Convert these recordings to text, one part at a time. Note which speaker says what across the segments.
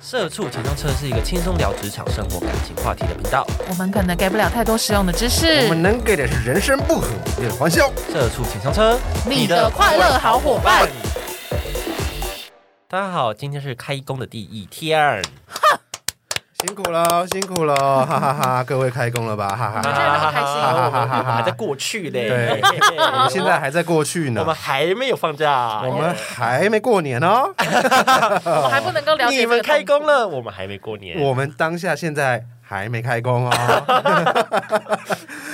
Speaker 1: 社畜情商车是一个轻松聊职场、生活、感情话题的频道。
Speaker 2: 我们可能给不了太多实用的知
Speaker 3: 我
Speaker 2: 识，
Speaker 3: 们能给的是人生不可免欢笑。
Speaker 1: 社畜情商车，
Speaker 2: 你的快乐好伙伴。
Speaker 1: 大家好，今天是开工的第一天，
Speaker 3: 辛苦了，辛苦了，哈哈哈各位开工了吧，哈哈
Speaker 2: 真
Speaker 3: 哈。
Speaker 2: 的很开心
Speaker 1: 啊
Speaker 3: 哈哈哈哈
Speaker 1: 还在过去嘞。
Speaker 3: 对我们现在还在过 去
Speaker 1: 我
Speaker 3: 呢
Speaker 1: 们，还没有放假，
Speaker 3: 我们还没过年哦。
Speaker 2: 我还不能够了解
Speaker 1: 你
Speaker 2: 这
Speaker 1: 们
Speaker 2: 个
Speaker 1: 开
Speaker 2: 痛苦
Speaker 1: 工了，我们还没过年。
Speaker 3: 我们当下现在还没开工哦，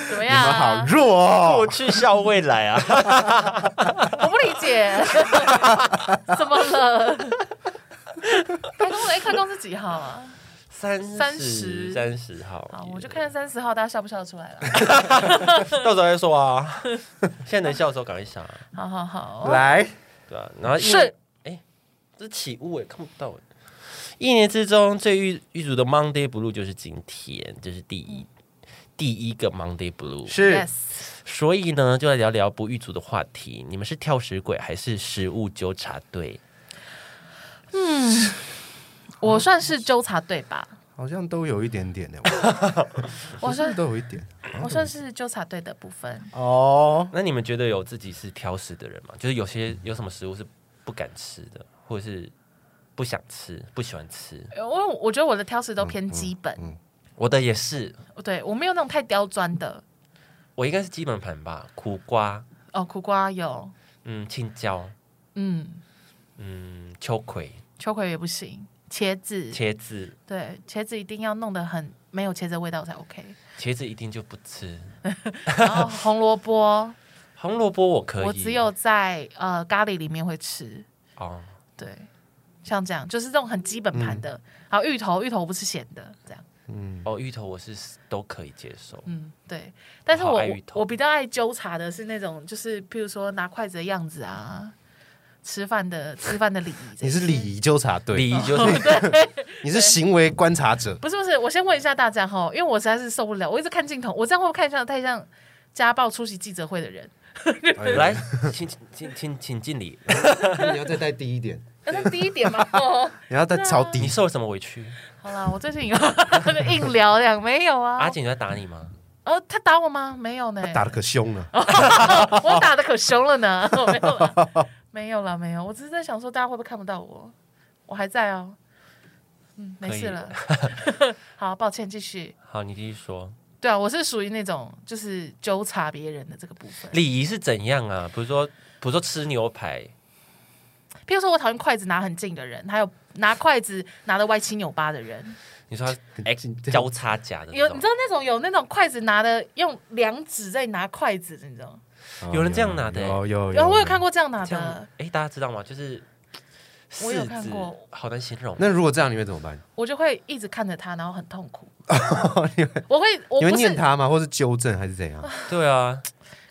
Speaker 2: 怎么
Speaker 3: 你
Speaker 2: 样
Speaker 3: 们好
Speaker 2: 啊？
Speaker 3: 弱
Speaker 1: 过
Speaker 3: 哦。
Speaker 1: 去笑未来 啊！
Speaker 2: 我不理 解，怎么了？开工哎，开工是几号啊？
Speaker 1: 三
Speaker 2: 三
Speaker 1: 十
Speaker 2: 十
Speaker 1: 三十号
Speaker 2: 好，我就看三十号大家笑不笑得出来 了。
Speaker 1: 到时候再说 啊。现在能笑的时候赶快笑啊，
Speaker 2: 好好好，
Speaker 3: 来，
Speaker 1: 对啊，然后一
Speaker 2: 是
Speaker 1: 哎，这起雾哎，看不到哎。一年之中最遇遇阻的 Monday Blue 就是今天，这、是第一第一个 Monday Blue。
Speaker 3: 是
Speaker 2: yes，
Speaker 1: 所以呢，就来聊聊不遇阻的话题。你们是挑食鬼还是食物纠察队？
Speaker 2: 我算是纠察队吧，
Speaker 3: 好像都有一点点的，
Speaker 2: 我
Speaker 3: 是不是
Speaker 2: 算
Speaker 3: 都有一点
Speaker 2: 我算是纠察队的部分。
Speaker 3: 哦。
Speaker 1: 那你们觉得有自己是挑食的人吗？就是有些有什么食物是不敢吃的，或者是不想吃、不喜欢吃？
Speaker 2: 因为我觉得我的挑食都偏基本，
Speaker 3: 嗯
Speaker 1: 我的也是，
Speaker 2: 对我没有那种太刁钻的。
Speaker 1: 我应该是基本盘吧，苦瓜，
Speaker 2: 哦，苦瓜有，
Speaker 1: 嗯，青椒，
Speaker 2: 嗯，
Speaker 1: 嗯，秋葵、
Speaker 2: 秋葵也不行，茄子，
Speaker 1: 茄子，
Speaker 2: 对，茄子一定要弄得很没有茄子的味道才 OK。
Speaker 1: 茄子一定就不吃。
Speaker 2: 然后红萝卜，
Speaker 1: 红萝卜 我可以，
Speaker 2: 我只有在呃咖喱里面会吃，
Speaker 1: 哦，
Speaker 2: 对，像这样就是这种很基本盘
Speaker 1: 嗯
Speaker 2: 的。还有芋头，芋头我不吃咸的，这样，
Speaker 1: 哦，芋头我是都可以接受。
Speaker 2: 嗯，对。但是
Speaker 1: 好
Speaker 2: 我
Speaker 1: 爱芋头
Speaker 2: 我比较爱纠察的是那种，就是譬如说拿筷子的样子啊，吃饭的吃饭的礼仪这些。
Speaker 3: 你是礼仪纠察队，
Speaker 1: 礼仪 就是
Speaker 3: 你是行为观察者。
Speaker 2: 不是不是，我先问一下大家哈，因为我实在是受不了，我一直看镜头，我这样会不会看像太像家暴出席记者会 的人？
Speaker 1: 来，请请请请敬礼。
Speaker 3: 你要再带低一点，
Speaker 2: 那是第一点嘛。哦
Speaker 3: 你要再超低
Speaker 1: 你。受了什么委屈？
Speaker 2: 好啦，我最近有 硬聊两没有啊。
Speaker 1: 阿锦有在打你吗？
Speaker 2: 哦，他打我吗？没有呢，
Speaker 3: 打的可凶了，
Speaker 2: 我打的可凶了呢， 我没有啦，没有了，没有。我只是在想说，大家会不会看不到我？我还在哦，嗯，没事了。 好，抱歉，继续。
Speaker 1: 好，你继续说。
Speaker 2: 对啊，我是属于那种就是纠察别人的这个部分。
Speaker 1: 礼仪是怎样啊？比如说，比如说吃牛排，
Speaker 2: 譬如说，我讨厌筷子拿很近的人，还有拿筷子拿的歪七扭八的人。
Speaker 1: 你 说他哎
Speaker 3: 紧张
Speaker 1: 交叉夹的
Speaker 2: 有
Speaker 1: 那种
Speaker 2: 你知，道那种有那种筷子拿的用两指在拿筷子的，你知道吗？哦
Speaker 1: 有人这样拿的欸
Speaker 3: 哦有有
Speaker 2: 然后我有看过这样拿
Speaker 1: 这样
Speaker 2: 的，
Speaker 1: 哎，大家知道吗？就是
Speaker 2: 我有
Speaker 1: 柿
Speaker 2: 看
Speaker 1: 子
Speaker 2: 过，
Speaker 1: 好难形容。
Speaker 3: 那如果这样，你会怎么办？
Speaker 2: 我就会一直看着他，然后很痛 苦。我会，我
Speaker 3: 你会
Speaker 2: 不
Speaker 3: 念
Speaker 2: 是
Speaker 3: 他吗？或是纠正还是怎样？
Speaker 1: 对啊，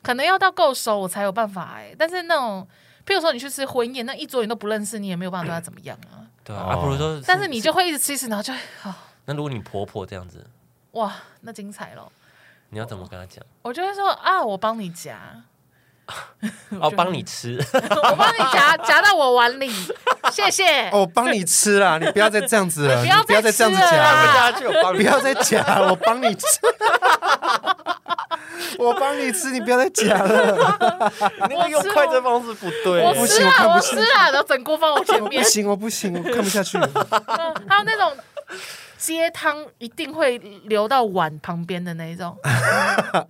Speaker 2: 可能要到够熟我才有办法哎、但是那种，譬如说你去吃婚宴，那一桌人都不认识，你也没有办法对他怎么样 啊。
Speaker 1: 对啊，
Speaker 3: 哦
Speaker 1: 啊不如说，
Speaker 2: 但是你就会一直吃一直，然后就会哦，
Speaker 1: 那如果你婆婆这样子，
Speaker 2: 哇，那精彩咯。
Speaker 1: 你要怎么跟她 讲？
Speaker 2: 我就会说啊，我帮你 夹，
Speaker 1: 哦，帮你吃，
Speaker 2: 我帮你夹夹到我碗里，谢谢。
Speaker 3: 哦，我帮你吃啦，你不要再这样子 了，
Speaker 2: 不
Speaker 3: 你
Speaker 2: 要
Speaker 3: 不要
Speaker 2: 再
Speaker 3: 再这样子
Speaker 2: 吃了
Speaker 3: 夹
Speaker 2: 啦
Speaker 3: 了，
Speaker 1: 大家就有帮
Speaker 3: 不
Speaker 1: 你。
Speaker 3: 要再夹了，我帮你吃，我帮你吃，你不要再 夹了，
Speaker 1: 那个用筷子的方式不对
Speaker 2: 我
Speaker 3: 不
Speaker 2: 吃
Speaker 3: 行我
Speaker 2: 啊，
Speaker 3: 看不
Speaker 2: 我
Speaker 3: 下
Speaker 2: 吃啊，然后整锅放我前
Speaker 3: 我不
Speaker 2: 面。
Speaker 3: 行，我不行，我看 不下去了。
Speaker 2: 嗯还有那种接汤一定会流到碗旁边的那一种，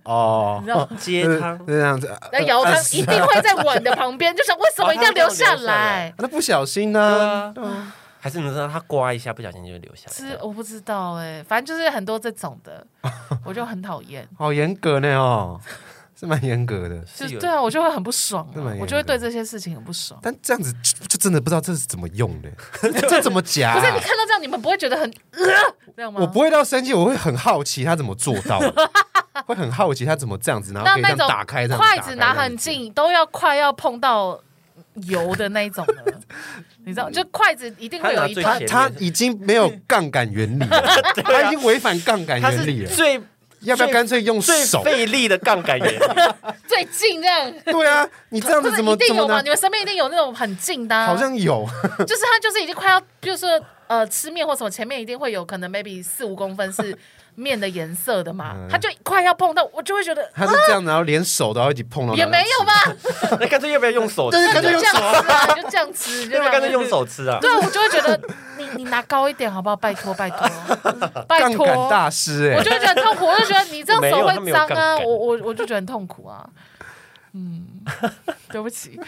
Speaker 3: 哦
Speaker 2: 你，知道吗？
Speaker 1: 接汤
Speaker 3: 就，这样子，啊
Speaker 2: 那舀汤一定会在碗的旁边，就想为什么一定要留下
Speaker 1: 哦它一定要留下
Speaker 2: 来
Speaker 1: 来？
Speaker 3: 那不小心
Speaker 1: 对
Speaker 3: 呢
Speaker 1: 啊？还是你让它刮一下，不小心就会留下来这
Speaker 2: 吃
Speaker 1: 样。
Speaker 2: 我不知道哎、反正就是很多这种的，我就很讨 厌。
Speaker 3: 好严格呢哦，是蛮严格的，
Speaker 2: 就是是
Speaker 1: 有
Speaker 2: 对啊，我就会很不爽、
Speaker 3: 那蛮
Speaker 2: 啊
Speaker 3: 严，格
Speaker 2: 我就会对这些事情很不爽。
Speaker 3: 但这样子就就真的不知道这是怎么用 的，这怎么夹
Speaker 2: 不
Speaker 3: 啊？
Speaker 2: 是你看到这样，你们不会觉得很呃这样吗？
Speaker 3: 我不会到生气，我会很好奇他怎么做到的， 会很好奇他怎么这样子，然后
Speaker 2: 那
Speaker 3: 可以这
Speaker 2: 那
Speaker 3: 样
Speaker 2: 种
Speaker 3: 打开，这样
Speaker 2: 筷子
Speaker 3: 打
Speaker 2: 拿
Speaker 3: 开
Speaker 2: 很，近，都要快要碰到油的那一种 了，你知道？就筷子一定会有
Speaker 1: 他拿
Speaker 2: 一
Speaker 1: 最
Speaker 2: 段
Speaker 3: 这样
Speaker 1: 前
Speaker 3: 他他已经没有杠杆原理了，他已经违反杠杆
Speaker 1: 它
Speaker 3: 原理
Speaker 2: 啊
Speaker 1: 是
Speaker 3: 了。
Speaker 1: 最
Speaker 3: 要不要干脆用
Speaker 1: 最
Speaker 3: 手？
Speaker 1: 费力的杠杆也
Speaker 2: 最近这样，
Speaker 3: 对啊，你这样
Speaker 2: 不
Speaker 3: 子
Speaker 2: 是
Speaker 3: 怎么
Speaker 2: 一定
Speaker 3: 怎么
Speaker 2: 有吗？
Speaker 3: 拿
Speaker 2: 你？们身边一定有那种很近的、啊，
Speaker 3: 好像有，
Speaker 2: 就是他就是已经快要，就是呃吃面或什么，前面一定会有可能 maybe 四五公分是面的颜色的
Speaker 1: 嗯
Speaker 2: 嘛，他就快要碰到，我就会觉得
Speaker 3: 他是这样，然后连手都要一起碰到。
Speaker 2: 也没有 吧，
Speaker 1: 那干脆要不要用手吃
Speaker 3: 对
Speaker 1: 啊？
Speaker 3: 干
Speaker 2: 就这
Speaker 3: 脆用
Speaker 2: 样
Speaker 3: 手
Speaker 2: 吃啊，你就这 样吃，你就
Speaker 1: 要不要干
Speaker 2: 这
Speaker 1: 脆
Speaker 2: 样
Speaker 1: 用。手吃啊？
Speaker 2: 对啊，我就会觉得你你拿高一点好不好？拜托 拜托拜
Speaker 3: 杠
Speaker 2: 托，
Speaker 3: 杆大师哎、
Speaker 2: 我就会觉得很痛苦，我就觉得你这样手
Speaker 1: 没有他没
Speaker 2: 会
Speaker 1: 有
Speaker 2: 脏
Speaker 1: 杠
Speaker 2: 啊，
Speaker 1: 杆
Speaker 2: 我我我就觉得很痛苦啊。嗯， 对不起，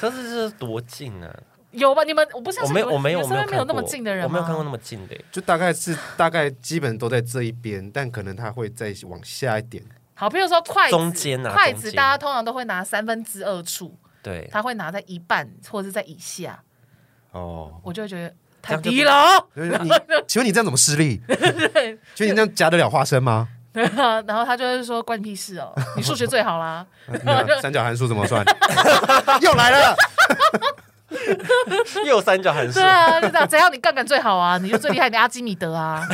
Speaker 1: 这是这是多近啊！
Speaker 2: 有吧？你们我不相
Speaker 1: 我
Speaker 2: 信
Speaker 1: 没
Speaker 2: 你
Speaker 1: 有
Speaker 2: 们，
Speaker 1: 我没有
Speaker 2: 你
Speaker 1: 我
Speaker 2: 们身
Speaker 1: 没有
Speaker 2: 边
Speaker 1: 看
Speaker 2: 没有
Speaker 1: 过
Speaker 2: 那么近的人吗，啊
Speaker 1: 我没有看过那么近的欸。
Speaker 3: 就大概是大概基本都在这一边，但可能他会再往下一点。
Speaker 2: 好，比如说筷子，
Speaker 1: 中间啊
Speaker 2: 筷
Speaker 1: 中
Speaker 2: 子
Speaker 1: 间
Speaker 2: 大家通常都会拿三分之二处，
Speaker 1: 对，
Speaker 2: 他会拿在一半或者在以下，
Speaker 3: 哦，
Speaker 2: 我就会觉得
Speaker 1: 这
Speaker 2: 太
Speaker 1: 样就
Speaker 2: 低了哦。
Speaker 3: 就是你，请问你这样怎么 施力？
Speaker 2: 对，
Speaker 3: 请问你这样夹得了花生吗？
Speaker 2: 对啊 然后他就会说关你屁事 哦，你数学最好啦。
Speaker 3: 那三角函数怎么算？又来了，
Speaker 1: 右三角函数
Speaker 2: 对，啊，就这样，只要你杠杆最好啊，你就最厉害，你阿基米 德啊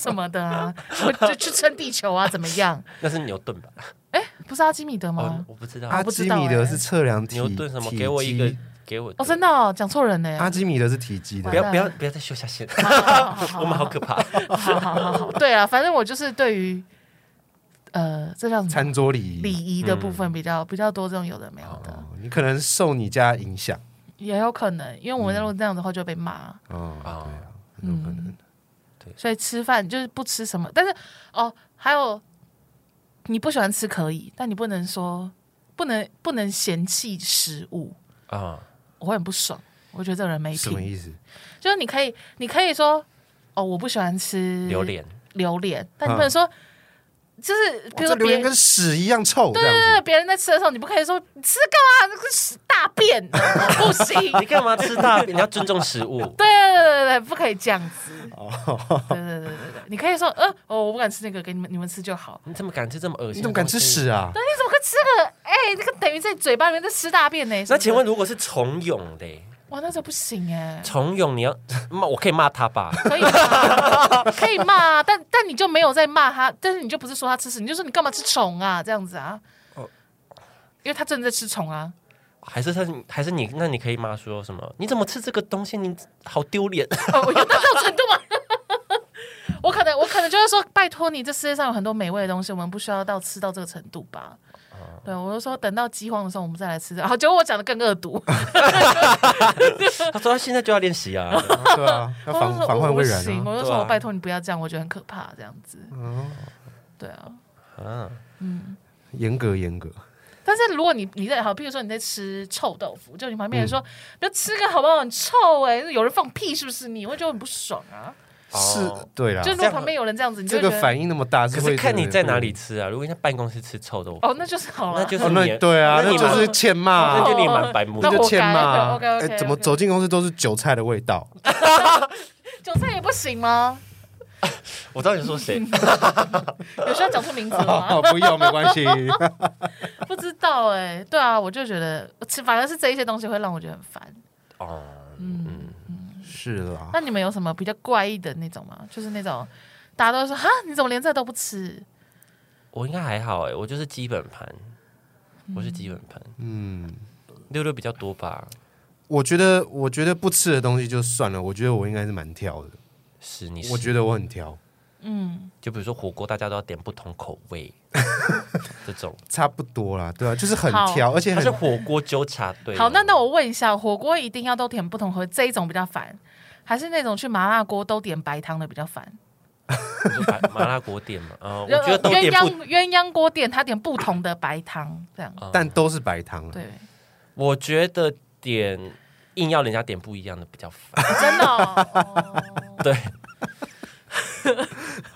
Speaker 2: 什么的啊，我就去撑地球啊，怎么样？
Speaker 1: 那是牛顿吧？
Speaker 2: 哎，不是阿基米德
Speaker 1: 哦
Speaker 2: 吗，？
Speaker 1: 我不知道。
Speaker 3: 阿
Speaker 2: 不知
Speaker 3: 基
Speaker 2: 道
Speaker 3: 米德
Speaker 2: 欸
Speaker 3: 是测量体
Speaker 1: 牛顿什么？
Speaker 3: 体
Speaker 1: 给我一个
Speaker 3: 积，
Speaker 1: 给我
Speaker 2: 哦，真的哦讲错人呢。
Speaker 1: 啊
Speaker 3: 阿基米德是体积
Speaker 1: 不
Speaker 2: 完。
Speaker 3: 的
Speaker 1: 要
Speaker 2: 蛋
Speaker 1: 不要不要再修下线，
Speaker 2: 好好好 好
Speaker 1: 我们好可怕。
Speaker 2: 好好好好，对啊，反正我就是对于呃，这叫什么
Speaker 3: 餐桌礼仪
Speaker 2: 礼仪
Speaker 1: 嗯
Speaker 2: 的部分比较、比较多，这种有的没有的，
Speaker 3: 哦你可能受你家影响
Speaker 2: 也有可能，因为我们如果这样的话就会被骂，
Speaker 3: 哦，对
Speaker 1: 哦
Speaker 3: 啊，很有可
Speaker 2: 嗯
Speaker 3: 能。
Speaker 2: 所以吃饭就是不吃什么，但是哦，还有你不喜欢吃可以，但你不能说不能不能嫌弃食物，
Speaker 1: 啊，
Speaker 2: 我会很不爽，我觉得这个人没
Speaker 3: 什么
Speaker 2: 品，
Speaker 3: 意思？
Speaker 2: 就是你可以你可以说哦，我不喜欢吃
Speaker 1: 榴莲
Speaker 2: 榴莲，但你不能说、就是
Speaker 3: 哇
Speaker 2: 比如
Speaker 3: 哦这
Speaker 2: 说
Speaker 3: 榴
Speaker 2: 别
Speaker 3: 莲
Speaker 2: 人
Speaker 3: 跟屎一样臭，这
Speaker 2: 对对
Speaker 3: 样
Speaker 2: 对，
Speaker 3: 子。
Speaker 2: 别人在吃的时候，你不可以说你吃干嘛？那个屎大便哦不 行。
Speaker 1: 你干嘛吃大便？你要尊重食物。
Speaker 2: 对对对对对，不可以这样子。对对对对对，你可以说，呃，哦，我不敢吃那个，给你们你们吃就好。
Speaker 1: 你怎么敢吃这么恶心？
Speaker 3: 你怎么敢吃？屎啊？
Speaker 2: 那你怎么可以吃那个？哎、那个等于在嘴巴里面在吃大便呢、
Speaker 1: 那请问，如果是虫蛹的欸，
Speaker 2: 哇，那这不行哎、
Speaker 1: 虫蛹你要 骂我可以骂他吧？
Speaker 2: 可以骂，可以骂，但但你就没有在骂他，但是你就不是说他吃屎，你就说你干嘛吃虫啊这样子啊？因为他真的在吃虫啊，
Speaker 1: 还是他还是你？那你可以骂说什么？你怎么吃这个东西？你好丢 脸！
Speaker 2: 哦，我有到这种程度吗？ 我可能我可能就会说，拜托你，这世界上有很多美味的东西，我们不需要到吃到这个程度吧。
Speaker 3: 哦
Speaker 2: 对，我就说等到饥荒的时候，我们再来吃这个。好，结果我讲的更恶 毒，
Speaker 1: 他说他现在就要练习 啊。
Speaker 3: 对啊，要
Speaker 2: 我
Speaker 3: 防
Speaker 2: 就说
Speaker 3: 防
Speaker 2: 我
Speaker 3: 患
Speaker 2: 不
Speaker 3: 未然
Speaker 2: 行，
Speaker 3: 啊。
Speaker 2: 我就
Speaker 1: 对
Speaker 2: 说
Speaker 1: 啊
Speaker 2: 我拜托你不要这样，我觉得很可怕，这样子。
Speaker 3: 哦
Speaker 2: 对啊。
Speaker 1: 啊，
Speaker 3: 严格严格，
Speaker 2: 但是如果你你在好，譬如说你在吃臭豆腐，就你旁边人说、
Speaker 3: 嗯
Speaker 2: 不要吃个好不好，很臭哎、有人放屁是不是你？会觉得很不爽啊。
Speaker 3: 是
Speaker 1: 哦，
Speaker 3: 对啦
Speaker 2: 就。
Speaker 1: 这
Speaker 2: 如果
Speaker 1: 样
Speaker 2: 旁边有人这样子，你就
Speaker 3: 这
Speaker 2: 会觉
Speaker 3: 个
Speaker 2: 得
Speaker 3: 反应那么大，
Speaker 1: 可
Speaker 3: 会
Speaker 1: 是看你在哪里
Speaker 3: 对
Speaker 1: 吃啊。如果你在办公室吃臭豆腐，
Speaker 2: 哦，那就是好了，
Speaker 1: 那就是
Speaker 3: 哦，
Speaker 1: 你
Speaker 3: 那
Speaker 1: 的
Speaker 3: 对啊，
Speaker 1: 那
Speaker 3: 那
Speaker 1: 你
Speaker 3: 就是欠骂
Speaker 1: 那
Speaker 3: 啊，
Speaker 1: 就你蛮白目的
Speaker 2: 那
Speaker 3: 那。就欠骂啊。
Speaker 2: OK OK，
Speaker 3: 哎怎么走进公司都是韭菜的味 道？
Speaker 2: 韭菜也不行吗？
Speaker 1: 我知道你说谁，
Speaker 2: 有需要讲出名字吗？
Speaker 3: 哦， 不用，没关系。
Speaker 2: 不知道哎、对啊，我就觉得吃，反而是这一些东西会让我觉得很烦。
Speaker 1: 哦，
Speaker 3: 是啦，
Speaker 2: 那你们有什么比较怪异的那种吗？就是那种大家都会说哈，你怎么连这都不吃？
Speaker 1: 我应该还好哎、我就是基本盘，我是基本盘，
Speaker 3: 嗯，
Speaker 1: 六六比较多吧，
Speaker 3: 我觉得，我觉得不吃的东西就算了，我觉得我应该是蛮挑的。
Speaker 1: 是你是，
Speaker 3: 我觉得我很挑，
Speaker 2: 嗯，
Speaker 1: 就比如说火锅，大家都要点不同口 味，这种，
Speaker 3: 差不多 啦，对啊，就是很
Speaker 2: 好
Speaker 3: 挑，而且
Speaker 1: 它是
Speaker 3: 很
Speaker 1: 火锅纠察队。
Speaker 2: 好，那那我问一下，火锅一定要都点不同和这一种比较烦，还是那种去麻辣锅都点白汤的比较烦？
Speaker 1: 你说 麻麻辣锅店嘛，啊，我
Speaker 2: 就呃
Speaker 1: 觉得都
Speaker 2: 鸳
Speaker 1: 点
Speaker 2: 鸯
Speaker 1: 不，
Speaker 2: 鸳鸯锅店他点不同的白汤，这样
Speaker 1: 啊
Speaker 3: 但都是白糖了。
Speaker 2: 对，哦
Speaker 1: 我觉得点硬要人家点不一样的比较烦，
Speaker 2: 真的 哦、哦
Speaker 1: 对，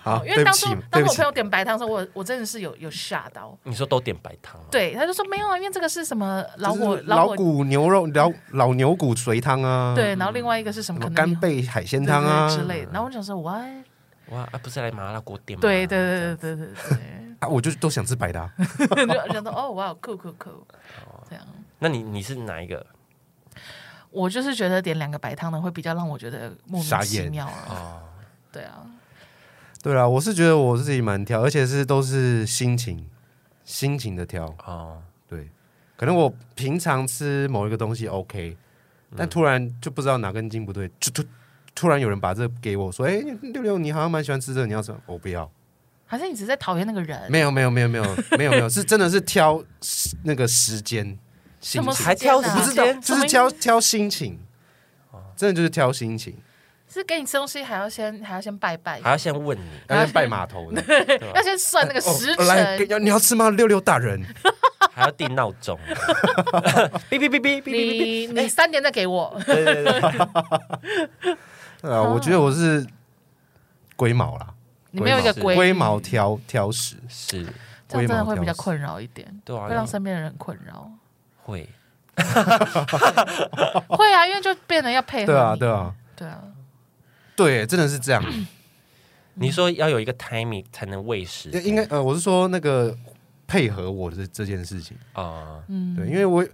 Speaker 3: 好，
Speaker 2: 因为
Speaker 3: 对不
Speaker 2: 当
Speaker 3: 起
Speaker 2: 初，
Speaker 3: 啊
Speaker 2: 当
Speaker 3: 对不
Speaker 2: 初我
Speaker 3: 起
Speaker 2: 朋，友点白汤的时候，我我真的是有有吓到。
Speaker 1: 你说都点白汤、啊，，
Speaker 2: 对，他就说没有啊，因为这个是什么老
Speaker 3: 就是
Speaker 2: 火
Speaker 3: 老
Speaker 2: 火
Speaker 3: 骨牛肉老老牛骨髓汤啊，
Speaker 2: 对，然后另外一个是什么
Speaker 3: 什
Speaker 2: 可能
Speaker 3: 么干
Speaker 2: 你
Speaker 3: 贝海鲜
Speaker 2: 对
Speaker 3: 汤
Speaker 2: 对
Speaker 3: 啊
Speaker 2: 之类的。然后我就想说 w
Speaker 1: 哇，啊，不是来麻辣锅店吗？
Speaker 2: 对对对对对对
Speaker 3: 啊，我就都想吃白的啊。
Speaker 2: 对，就想说哦哇酷酷酷，这样。
Speaker 1: 那你你是哪一个？
Speaker 2: 我就是觉得点两个白汤的会比较让我觉得莫名
Speaker 3: 傻
Speaker 2: 其
Speaker 3: 眼
Speaker 2: 妙啊，
Speaker 1: 哦，
Speaker 2: 对啊，
Speaker 3: 对啦，我是觉得我自己蛮挑，而且是都是心情心情的挑。
Speaker 1: 哦，
Speaker 3: 对，可能我平常吃某一个东西 OK，但突然就不知道哪根筋不对，就突突然有人把这个给我说，哎、六六你好像蛮喜欢吃这个，你要吃吗？我不要，
Speaker 2: 还是你只是在讨厌那个人？
Speaker 3: 没有没有没有没有没有没有，是真的是挑时那个时间心
Speaker 2: 什么
Speaker 3: 情，
Speaker 1: 还挑
Speaker 2: 时
Speaker 1: 什
Speaker 2: 间啊
Speaker 3: 我
Speaker 1: 么
Speaker 3: 不知道，
Speaker 1: 间？
Speaker 3: 就是挑挑心情，真的就是挑心情，
Speaker 2: 是给你吃东西还要先还要先拜拜，
Speaker 1: 还要先问你，
Speaker 2: 啊
Speaker 3: 要先拜码头 呢。
Speaker 2: 要先算那个时
Speaker 3: 哦来，
Speaker 2: 辰。
Speaker 3: 要你要吃吗？六六大人，
Speaker 1: 还要定闹钟，啊 哔哔哔哔哔哔哔，
Speaker 2: 你你三点再给我，
Speaker 1: 对对对，
Speaker 3: 对啊，我觉得我是龟毛啦，
Speaker 2: 你没有一个规律
Speaker 3: 龟毛，挑挑食，
Speaker 1: 是
Speaker 2: 这样真的会比
Speaker 3: 龟毛
Speaker 2: 较
Speaker 3: 挑
Speaker 2: 困扰一点，
Speaker 1: 对啊
Speaker 2: 会让身边的人困扰。
Speaker 1: 会
Speaker 2: 会啊，因为就变得要配合
Speaker 3: 对啊
Speaker 2: 你
Speaker 3: 对啊
Speaker 2: 对啊，
Speaker 3: 对，真的是这样。
Speaker 1: 你说要有一个 timing 才能喂食，
Speaker 3: 应该呃，我是说那个配合我的这这件事情，
Speaker 1: 啊，
Speaker 3: 对，因为我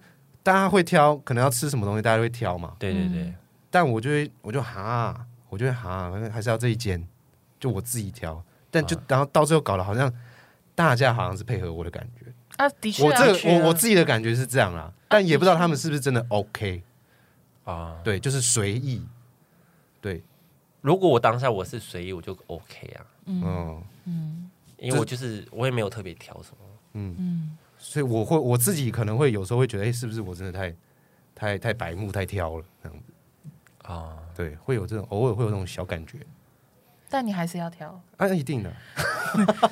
Speaker 3: 大家会挑，可能要吃什么东西，大家会挑嘛，
Speaker 1: 对对对，
Speaker 3: 但我就会我就哈，我就会哈，还是要这一间，就我自己挑，但就、然后到最后搞得好像大家好像是配合我的感觉，
Speaker 2: 啊，的确
Speaker 3: 我
Speaker 2: 啊，
Speaker 3: 这
Speaker 2: 的
Speaker 3: 个
Speaker 2: 确啊
Speaker 3: 我我自己的感觉是这样啦，但也不知道他们是不是真的 OK，
Speaker 1: 啊，
Speaker 3: 对，就是随意，对，
Speaker 1: 如果我当下我是随意，我就 OK 啊，
Speaker 3: 嗯，
Speaker 1: 因为我就是我也没有特别挑什么，
Speaker 3: 所以我会我自己可能会有时候会觉得，哎、是不是我真的太太太白目太挑了这样子啊？对，会有这种偶尔会有这种小感觉
Speaker 2: 但你还是要挑。
Speaker 3: 啊，一定的，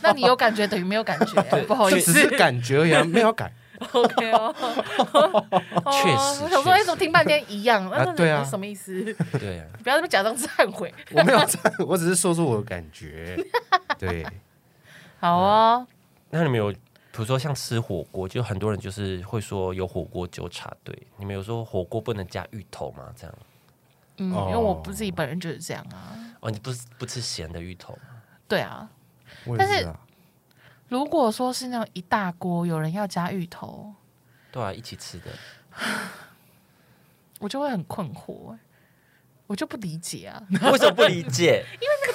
Speaker 2: 那你有感觉等于没有感觉，不好
Speaker 3: 这
Speaker 2: 意
Speaker 3: 只
Speaker 2: 思
Speaker 3: 是感觉而已、啊，没有要改
Speaker 2: ，OK 哦。哦
Speaker 1: 确实
Speaker 2: 我想说，哎，
Speaker 1: 确实
Speaker 2: 怎么听半天一样？
Speaker 3: 啊
Speaker 2: 那那
Speaker 3: 对啊
Speaker 2: 那什么意思？
Speaker 1: 对啊，
Speaker 2: 你不要这么假装忏悔。
Speaker 3: 我没有这 样，我只是说说我的感觉。对，
Speaker 2: 好哦，
Speaker 1: 那你们有，比如说像吃火锅，就很多人就是会说有火锅纠察队，你们有说火锅不能加芋头吗？这样
Speaker 2: 嗯，
Speaker 3: 哦
Speaker 2: 因为我不自己本人就是这样啊。
Speaker 1: 哦，你不是不吃咸的芋头吗？
Speaker 2: 对啊，
Speaker 3: 我也
Speaker 2: 但
Speaker 3: 是
Speaker 2: 是
Speaker 3: 啊
Speaker 2: 如果说是那种一大锅，有人要加芋头，
Speaker 1: 对啊，一起吃的，
Speaker 2: 我就会很困惑、欸我就不理解啊，
Speaker 1: 为什么不理解？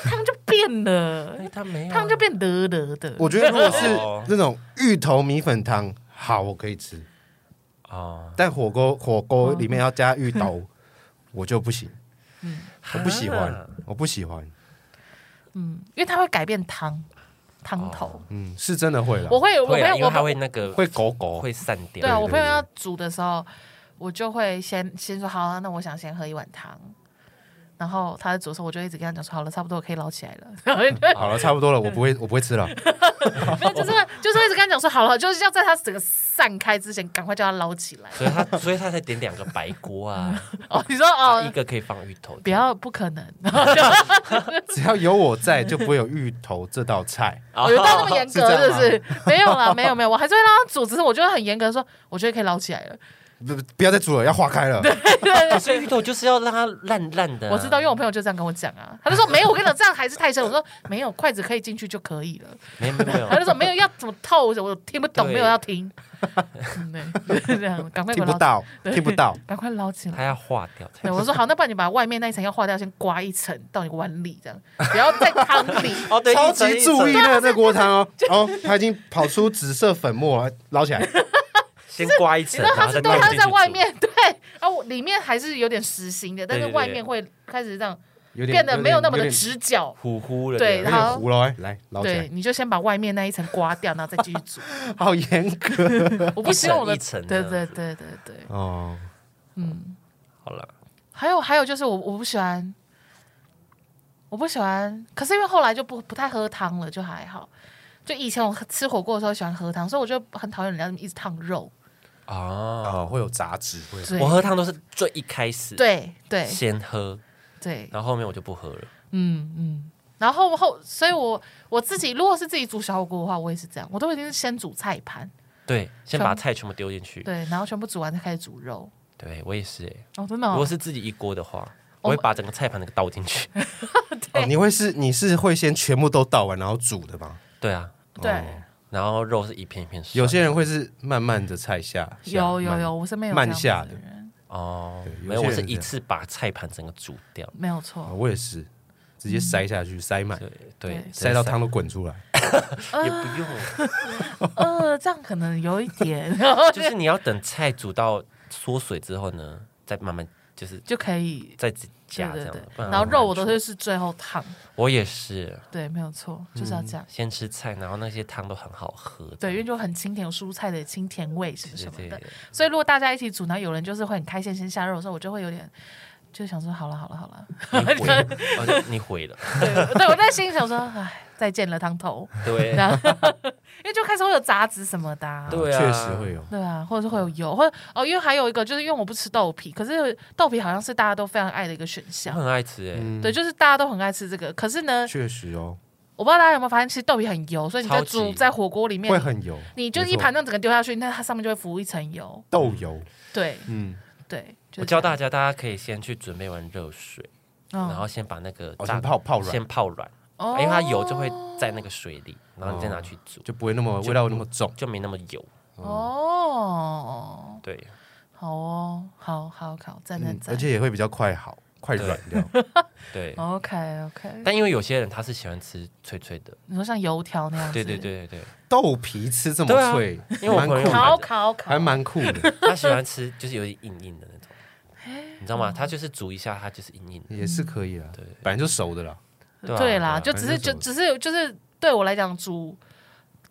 Speaker 2: 汤就变了，
Speaker 1: 哎，他没有啊，
Speaker 2: 汤就变得得的。
Speaker 3: 我觉得如果是
Speaker 1: 哦
Speaker 3: 那种芋头米粉汤，好，我可以吃，
Speaker 1: 哦，
Speaker 3: 但火锅火锅里面要加芋头，
Speaker 2: 嗯
Speaker 3: 我就不行，我不喜欢
Speaker 1: 啊，
Speaker 3: 我不喜欢，
Speaker 2: 嗯，因为它会改变汤汤头。
Speaker 3: 嗯，是真的会了，
Speaker 2: 我会，我
Speaker 1: 会啊，
Speaker 2: 会，
Speaker 1: 因为
Speaker 2: 我
Speaker 1: 它会那个
Speaker 3: 会狗狗，
Speaker 1: 会散掉。
Speaker 2: 对啊，我
Speaker 3: 对
Speaker 2: 朋友要煮的时候，我就会先先说好、啊，那我想先喝一碗汤。然后他在煮的时候，我就一直跟他讲说好了，差不多我可以捞起来了。 然后就
Speaker 3: 好了，差不多
Speaker 2: 嗯
Speaker 3: 了，我不会，我不会吃了。
Speaker 2: 没有，就是会就是会一直跟他讲说好了，就是要在他整个散开之前，赶快叫他捞起来。
Speaker 1: 所以他，所以他才点两个白锅啊，
Speaker 2: 哦，你说
Speaker 1: 啊一
Speaker 2: 哦，
Speaker 1: 个可以放芋头，
Speaker 2: 不要不可能，
Speaker 3: 只要有我在，就不会有芋头这道菜。
Speaker 1: 哦
Speaker 2: 我有到那么严
Speaker 3: 是
Speaker 2: 格
Speaker 3: 这样
Speaker 2: 是不
Speaker 3: 吗
Speaker 2: 是？没有啦，没有没有，我还是会让他煮，只是我就会很严格地说，我觉得可以捞起来了。
Speaker 3: 不，不要再煮了，要化开了。
Speaker 1: 可是芋头就是要让它烂烂的啊。
Speaker 2: 我知道，因为我朋友就这样跟我讲啊，他就说没有，我跟你讲这样还是太深。我说没有，筷子可以进去就可以了。
Speaker 1: 没有没有没有
Speaker 2: 他，就说没有要怎么透，我我听不懂，
Speaker 1: 对
Speaker 2: 没有要听。嗯对，就是这样，赶快给我
Speaker 3: 听不
Speaker 2: 捞，
Speaker 3: 到，
Speaker 2: 对
Speaker 3: 听不到。
Speaker 2: 赶快捞起
Speaker 1: 它
Speaker 2: 来。
Speaker 1: 要化掉才
Speaker 2: 对，。我说好，那不然你把外面那一层要化掉，先刮一层到你碗里，这样不要在汤里。
Speaker 1: 哦，对，
Speaker 3: 超
Speaker 1: 一层
Speaker 3: 级
Speaker 1: 一层
Speaker 3: 注意那这锅汤哦，哦，它已经跑出紫色粉末了，捞起来。
Speaker 1: 先刮一层，
Speaker 2: 然后
Speaker 1: 然
Speaker 2: 他
Speaker 1: 后再
Speaker 2: 是对，
Speaker 1: 弄
Speaker 2: 他
Speaker 1: 进去
Speaker 2: 在外
Speaker 1: 煮。
Speaker 2: 面对，啊，我里面还是有点实心的，但是
Speaker 1: 对对对
Speaker 2: 外面会开始这样
Speaker 3: 有点
Speaker 2: 变得没有那么的
Speaker 3: 有点
Speaker 2: 直角。
Speaker 1: 糊糊了，
Speaker 2: 对
Speaker 3: 有
Speaker 1: 这样
Speaker 3: 点糊了，哎来捞起
Speaker 2: 对，
Speaker 3: 来。
Speaker 2: 你就先把外面那一层刮掉，然后再继续 煮。
Speaker 3: 好严格
Speaker 2: 我不希望我的
Speaker 1: 一层一层
Speaker 2: 对
Speaker 1: 这
Speaker 2: 对
Speaker 1: 样
Speaker 2: 对对对。
Speaker 3: 哦，
Speaker 1: 好了，
Speaker 2: 还有还有就是我我不喜欢，我不喜欢，可是因为后来就不不太喝汤了，就还好。就以前我吃火锅的时候喜欢喝汤，所以我就很讨厌人家一直烫肉。
Speaker 1: 哦，
Speaker 3: 哦，会有杂质，会有
Speaker 2: 对
Speaker 1: 我喝汤都是最一开始，，
Speaker 2: 对对
Speaker 1: 先喝，
Speaker 2: 对，
Speaker 1: 然后后面我就不喝了。
Speaker 2: 嗯嗯。然后后，所以我我自己如果是自己煮小火锅的话，我也是这样，我都一定是先煮菜盘，
Speaker 1: 对，先把菜全部丢进去。
Speaker 2: 对，然后全部煮完再开始煮肉。
Speaker 1: 对我也是，哎，
Speaker 2: 哦，真的、
Speaker 1: 如
Speaker 2: 哦
Speaker 1: 果，是自己一锅的话，我会把整个菜盘那个倒进 去。
Speaker 3: 哦，你会是你是会先全部都倒完然后煮的吗？
Speaker 1: 对啊，
Speaker 2: 对，
Speaker 3: 哦
Speaker 1: 然后肉是一片一片涮。
Speaker 3: 有些人会是慢慢的菜下，下
Speaker 2: 有有
Speaker 3: 慢
Speaker 2: 有，我身边有
Speaker 3: 慢
Speaker 2: 这样子
Speaker 3: 下
Speaker 2: 的
Speaker 3: 的
Speaker 2: 人，
Speaker 1: 哦
Speaker 3: 对，有
Speaker 1: 没有，
Speaker 3: 些
Speaker 1: 我
Speaker 3: 人
Speaker 1: 是
Speaker 3: 是
Speaker 1: 一
Speaker 3: 这样
Speaker 1: 次把菜盘整个煮掉。
Speaker 2: 没有
Speaker 3: 哦
Speaker 2: 错，
Speaker 3: 我也是，直接塞下去，塞满，
Speaker 1: 嗯对
Speaker 2: 对
Speaker 1: 对，
Speaker 3: 塞到汤都滚出来。
Speaker 1: 也不 用，
Speaker 2: 呃，这样可能有一点，
Speaker 1: 就是你要等菜煮到缩水之后呢，再慢慢就是
Speaker 2: 就可以。
Speaker 1: 再加这
Speaker 2: 对
Speaker 1: 样
Speaker 2: 对对
Speaker 1: 子。，不
Speaker 2: 然
Speaker 1: 很
Speaker 2: 后肉我
Speaker 1: 难
Speaker 2: 都
Speaker 1: 煮
Speaker 2: 是是最后烫，
Speaker 1: 我也是，
Speaker 2: 对，没有错，就是要这样。
Speaker 1: 先吃菜，然后那些汤都很好喝。
Speaker 2: 对，因为就很清甜，有蔬菜的清甜味什么
Speaker 1: 对
Speaker 2: 什么
Speaker 1: 对
Speaker 2: 的
Speaker 1: 对。，
Speaker 2: 所以如果大家一起煮，然后有人就是会很开心先下肉的时候，我就会有点就想说好了好了好了，
Speaker 1: 你毁了，哦 你毁了，
Speaker 2: 对对，我在心里想说，哎，再见了汤头，
Speaker 1: 对
Speaker 2: 这样，因为就开始会有杂质什么的、啊。
Speaker 1: 对啊
Speaker 3: 确实会有。
Speaker 2: 对啊，或者是会有油，或者哦，因为还有一个就是因为我不吃豆皮，可是豆皮好像是大家都非常爱的一个选
Speaker 1: 我
Speaker 2: 项。
Speaker 1: 很爱吃哎，
Speaker 3: 嗯，
Speaker 2: 对，就是大家都很爱吃这个，可是呢，
Speaker 3: 确实哦，
Speaker 2: 我不知道大家有没有发现，其实豆皮很油，所以你在
Speaker 1: 超级
Speaker 2: 煮在火锅里面，
Speaker 3: 会很油，
Speaker 2: 你就
Speaker 3: 没
Speaker 2: 一
Speaker 3: 错
Speaker 2: 盘那样整个丢下去，那它上面就会浮一层油。
Speaker 3: 豆油。
Speaker 2: 对
Speaker 3: 嗯，
Speaker 2: 对，就是
Speaker 1: 我教大家，大家可以先去准备完热水，
Speaker 2: 这样，
Speaker 1: 然
Speaker 2: 嗯
Speaker 1: 后先把那个
Speaker 3: 哦
Speaker 1: 炸
Speaker 3: 先泡泡软
Speaker 1: 先泡软，
Speaker 2: 哦
Speaker 1: 因为它油就会嗯在那个水里，然后你再
Speaker 3: 哦
Speaker 1: 拿去煮，
Speaker 3: 就不会那么味道那么重。
Speaker 1: 就没那么油。
Speaker 2: 哦，
Speaker 1: 对，
Speaker 2: 好哦，好好好，赞赞
Speaker 3: 嗯，
Speaker 2: 赞
Speaker 3: 而。且也会比较快好，快
Speaker 1: 对
Speaker 3: 软 掉。
Speaker 1: 对。
Speaker 2: 哦 OK OK，
Speaker 1: 但因为有些人他是喜欢吃脆脆的，
Speaker 2: 你说像油条那样子，
Speaker 1: 对对，对对
Speaker 3: 豆皮吃这
Speaker 1: 对啊
Speaker 3: 么脆，
Speaker 1: 因为我
Speaker 3: 蛮
Speaker 1: 朋友
Speaker 3: 酷的，
Speaker 2: 烤烤烤，
Speaker 3: 还蛮酷的，
Speaker 1: 对，他喜欢吃就是有点硬硬的那 种，你知道
Speaker 2: 哦
Speaker 1: 吗？他就是煮一下，它就是硬硬的。
Speaker 3: 也是可以啦
Speaker 1: 对。
Speaker 3: 本来就熟的啦，
Speaker 1: 对啊
Speaker 2: 对啦，
Speaker 1: 对
Speaker 2: 就
Speaker 1: 啊
Speaker 2: 只是
Speaker 3: 反正
Speaker 2: 就
Speaker 3: 就
Speaker 2: 只是就是对我来讲煮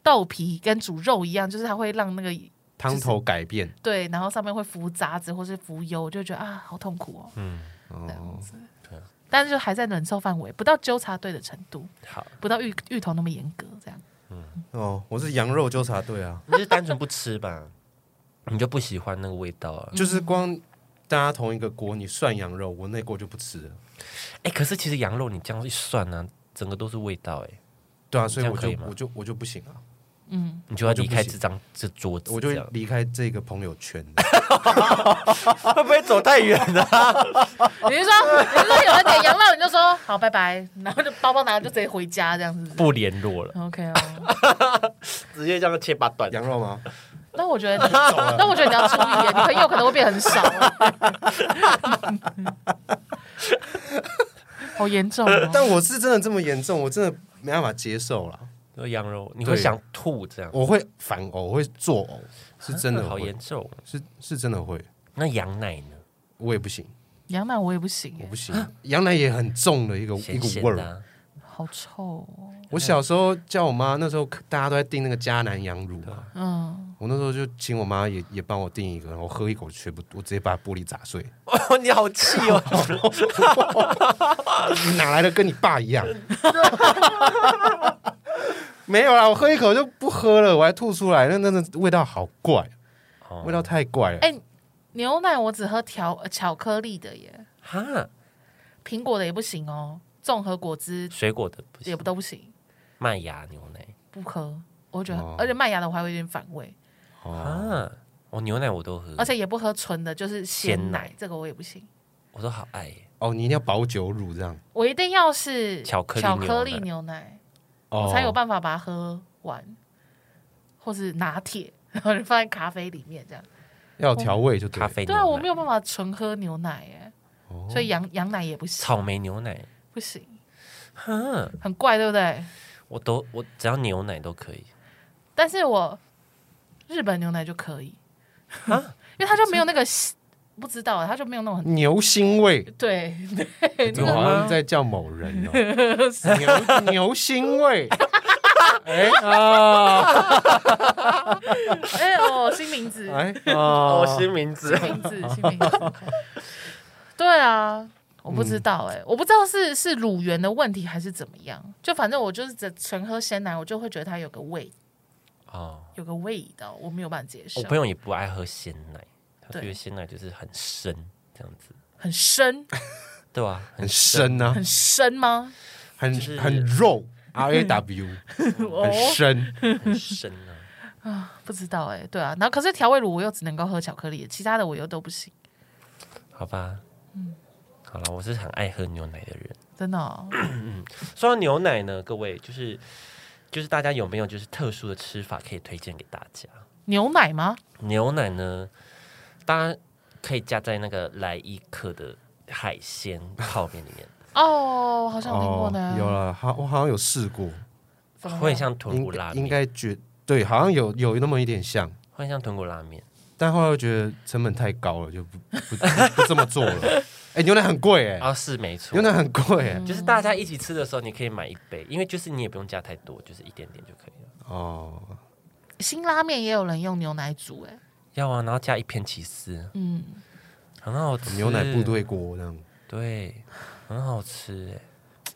Speaker 2: 豆皮跟煮肉一样，就是它会让那个
Speaker 3: 汤头改变。
Speaker 2: 对，然后上面会浮杂质或是浮油，我就觉得啊，好痛苦哦，
Speaker 1: 嗯，
Speaker 2: 这
Speaker 3: 哦
Speaker 2: 样，子
Speaker 1: 对啊。
Speaker 2: 但是就还在忍受范围，不到纠察队的程度，
Speaker 1: 好，
Speaker 2: 不到芋芋头那么严格，这样。
Speaker 3: 哦，我是羊肉纠察队啊，
Speaker 1: 你就是单纯不吃吧， 你就不喜欢那个味道啊。
Speaker 3: 就是光大家同一个锅，你涮羊肉，我那锅就不吃了。
Speaker 1: 哎，可是其实羊肉你这样一涮呢，整个都是味道哎，
Speaker 3: 对啊，所以
Speaker 1: 这样
Speaker 3: 我
Speaker 1: 可
Speaker 3: 就
Speaker 1: 以吗
Speaker 3: 我就我就不行啊，
Speaker 2: 嗯，
Speaker 1: 你就要
Speaker 3: 我就
Speaker 1: 离
Speaker 3: 不
Speaker 1: 开
Speaker 3: 行
Speaker 1: 这张这桌子
Speaker 3: 我
Speaker 1: 这
Speaker 3: 就
Speaker 1: 样，
Speaker 3: 离开这个朋友圈。
Speaker 1: 会啊不会走太远了？
Speaker 2: 你是说你是说有人点羊肉，你就说好拜拜，然后就包包拿了就直接回家这样子。
Speaker 1: 不联络了，
Speaker 2: OK 哦，
Speaker 1: 直接这样切八段
Speaker 3: 羊肉吗？
Speaker 2: 那我 觉得你，那我觉得你要注意耶，你朋友可能会变很少哦。 好严重哦！
Speaker 3: 但我是真的这么严重，我真的没办法接受啦。
Speaker 1: 就羊肉，你会
Speaker 3: 对
Speaker 1: 想吐这样，啊
Speaker 3: 我会反呕，我会作呕，是真的
Speaker 1: 好
Speaker 3: 会
Speaker 1: 严，重。
Speaker 3: 是是真的会，
Speaker 1: 那羊奶呢？
Speaker 3: 我也不行，
Speaker 2: 羊奶我也不行
Speaker 3: 我
Speaker 2: 耶，
Speaker 3: 不行，羊奶也很重的一个一
Speaker 1: 啊咸
Speaker 3: 股
Speaker 1: 咸
Speaker 3: 味
Speaker 1: 的
Speaker 3: 儿。
Speaker 1: 啊，
Speaker 2: 好臭哦。
Speaker 3: 我小时候叫我妈，那时候大家都在订那个迦南羊乳嘛，
Speaker 2: 嗯，
Speaker 3: 我那时候就请我妈也也帮我订一个，然后喝一口全部，我直接把玻璃砸碎，
Speaker 1: 哦， 你好气哦！
Speaker 3: 你哪来的跟你爸一样？ 没有啦，我喝一口就不喝了，我还吐出来，那那那味道好怪，
Speaker 1: 哦
Speaker 3: 味道太怪了。
Speaker 2: 哎牛奶我只喝调呃巧克力的耶，
Speaker 1: 哈，
Speaker 2: 苹果的也不行哦，综合果汁
Speaker 1: 水果的不
Speaker 2: 也
Speaker 1: 行
Speaker 2: 不，都不行，
Speaker 1: 麦芽牛奶
Speaker 2: 不喝。我觉得
Speaker 3: 哦，
Speaker 2: 而且麦芽的我还会有点反胃，
Speaker 3: 哦，
Speaker 1: 啊，我牛奶我都喝，
Speaker 2: 而且也不喝纯的，就是鲜
Speaker 1: 嗯鲜
Speaker 2: 奶
Speaker 1: 奶，
Speaker 2: 这个我也不行。
Speaker 1: 我都好爱耶。
Speaker 3: 哦，你一定要保酒乳这样，
Speaker 2: 我一定要是
Speaker 1: 巧克力
Speaker 2: 巧
Speaker 1: 牛
Speaker 2: 克
Speaker 1: 奶
Speaker 2: 力牛奶，
Speaker 3: 哦
Speaker 2: 我才有办法把它喝完，或是拿铁， 然后就放在咖啡里面这样。
Speaker 3: 要有调味就对
Speaker 1: 咖
Speaker 3: 了。
Speaker 1: 啡
Speaker 2: 对啊，
Speaker 1: 牛
Speaker 2: 我
Speaker 1: 奶
Speaker 2: 没有办法纯喝牛奶耶，
Speaker 3: 哦
Speaker 2: 所以羊羊奶也不行，
Speaker 1: 草莓牛奶，
Speaker 2: 不行，
Speaker 1: 哈，
Speaker 2: 很怪，对不对？
Speaker 1: 我都我只要牛奶都可以，
Speaker 2: 但是我日本牛奶就可以， 因为它就没有那个不知道，它就没有那种很
Speaker 3: 牛腥味，
Speaker 2: 对
Speaker 3: 我好像在叫某人哦，牛牛 腥味，哎
Speaker 2: 哦
Speaker 3: 啊，
Speaker 2: 哎哦，新名字，
Speaker 3: 哎
Speaker 1: 哦
Speaker 3: 啊，
Speaker 1: 名字
Speaker 2: 新名字， 新名字。对啊，我不知道哎、
Speaker 1: 嗯
Speaker 2: 我不知道是是乳源的问题还是怎么样。就反正我就是只纯喝鲜奶，我就会觉得它有个味，
Speaker 1: 哦。
Speaker 2: 有个味道，我没有办法接受
Speaker 1: 我。朋友也不爱喝鲜奶，他
Speaker 2: 对
Speaker 1: 觉得鲜奶就是很深这样子，
Speaker 2: 很深，
Speaker 1: 对吧？
Speaker 3: 很深啊，
Speaker 2: 很深吗？
Speaker 3: 很
Speaker 1: 就是
Speaker 3: 很肉，R A W，
Speaker 2: 哦
Speaker 3: 很，深，
Speaker 1: 很深啊。
Speaker 2: 不知道哎、对啊。然后可是调味乳我又只能够喝巧克力，其他的我又都不行，
Speaker 1: 好吧，
Speaker 3: 嗯
Speaker 1: 好了，我是很爱喝牛奶的人。
Speaker 2: 真的、哦。
Speaker 1: 说到牛奶呢，各位就是就是大家有没有就是特殊的吃法可以推荐给大家？
Speaker 2: 牛奶吗？
Speaker 1: 牛奶呢，大家可以加在那个来一克的海鲜泡面里面，
Speaker 2: 哦，我好像有听过呢。
Speaker 3: 有了，好，我好像有试过，
Speaker 2: 怎么
Speaker 1: 啊
Speaker 2: 了
Speaker 1: 会像豚
Speaker 3: 哦应
Speaker 1: 骨拉面，
Speaker 3: 应该觉对，好像有有那么一点像，
Speaker 1: 会像豚骨拉面。
Speaker 3: 但后来又觉得成本太高了，就不不不这么做了。哎，牛奶很贵哎，
Speaker 1: 啊，嗯是没错
Speaker 3: 牛，奶很贵哎，
Speaker 1: 就是大家一起吃的时候，你可以买一杯，因为就是你也不用加太多，就是一点点就可以了。
Speaker 3: 哦，
Speaker 2: 新拉面也有人用牛奶煮、哎，
Speaker 1: 要啊，然后加一片起司，
Speaker 2: 嗯，
Speaker 1: 很好吃。
Speaker 3: 牛奶部队锅这样，
Speaker 1: 对，很好吃哎。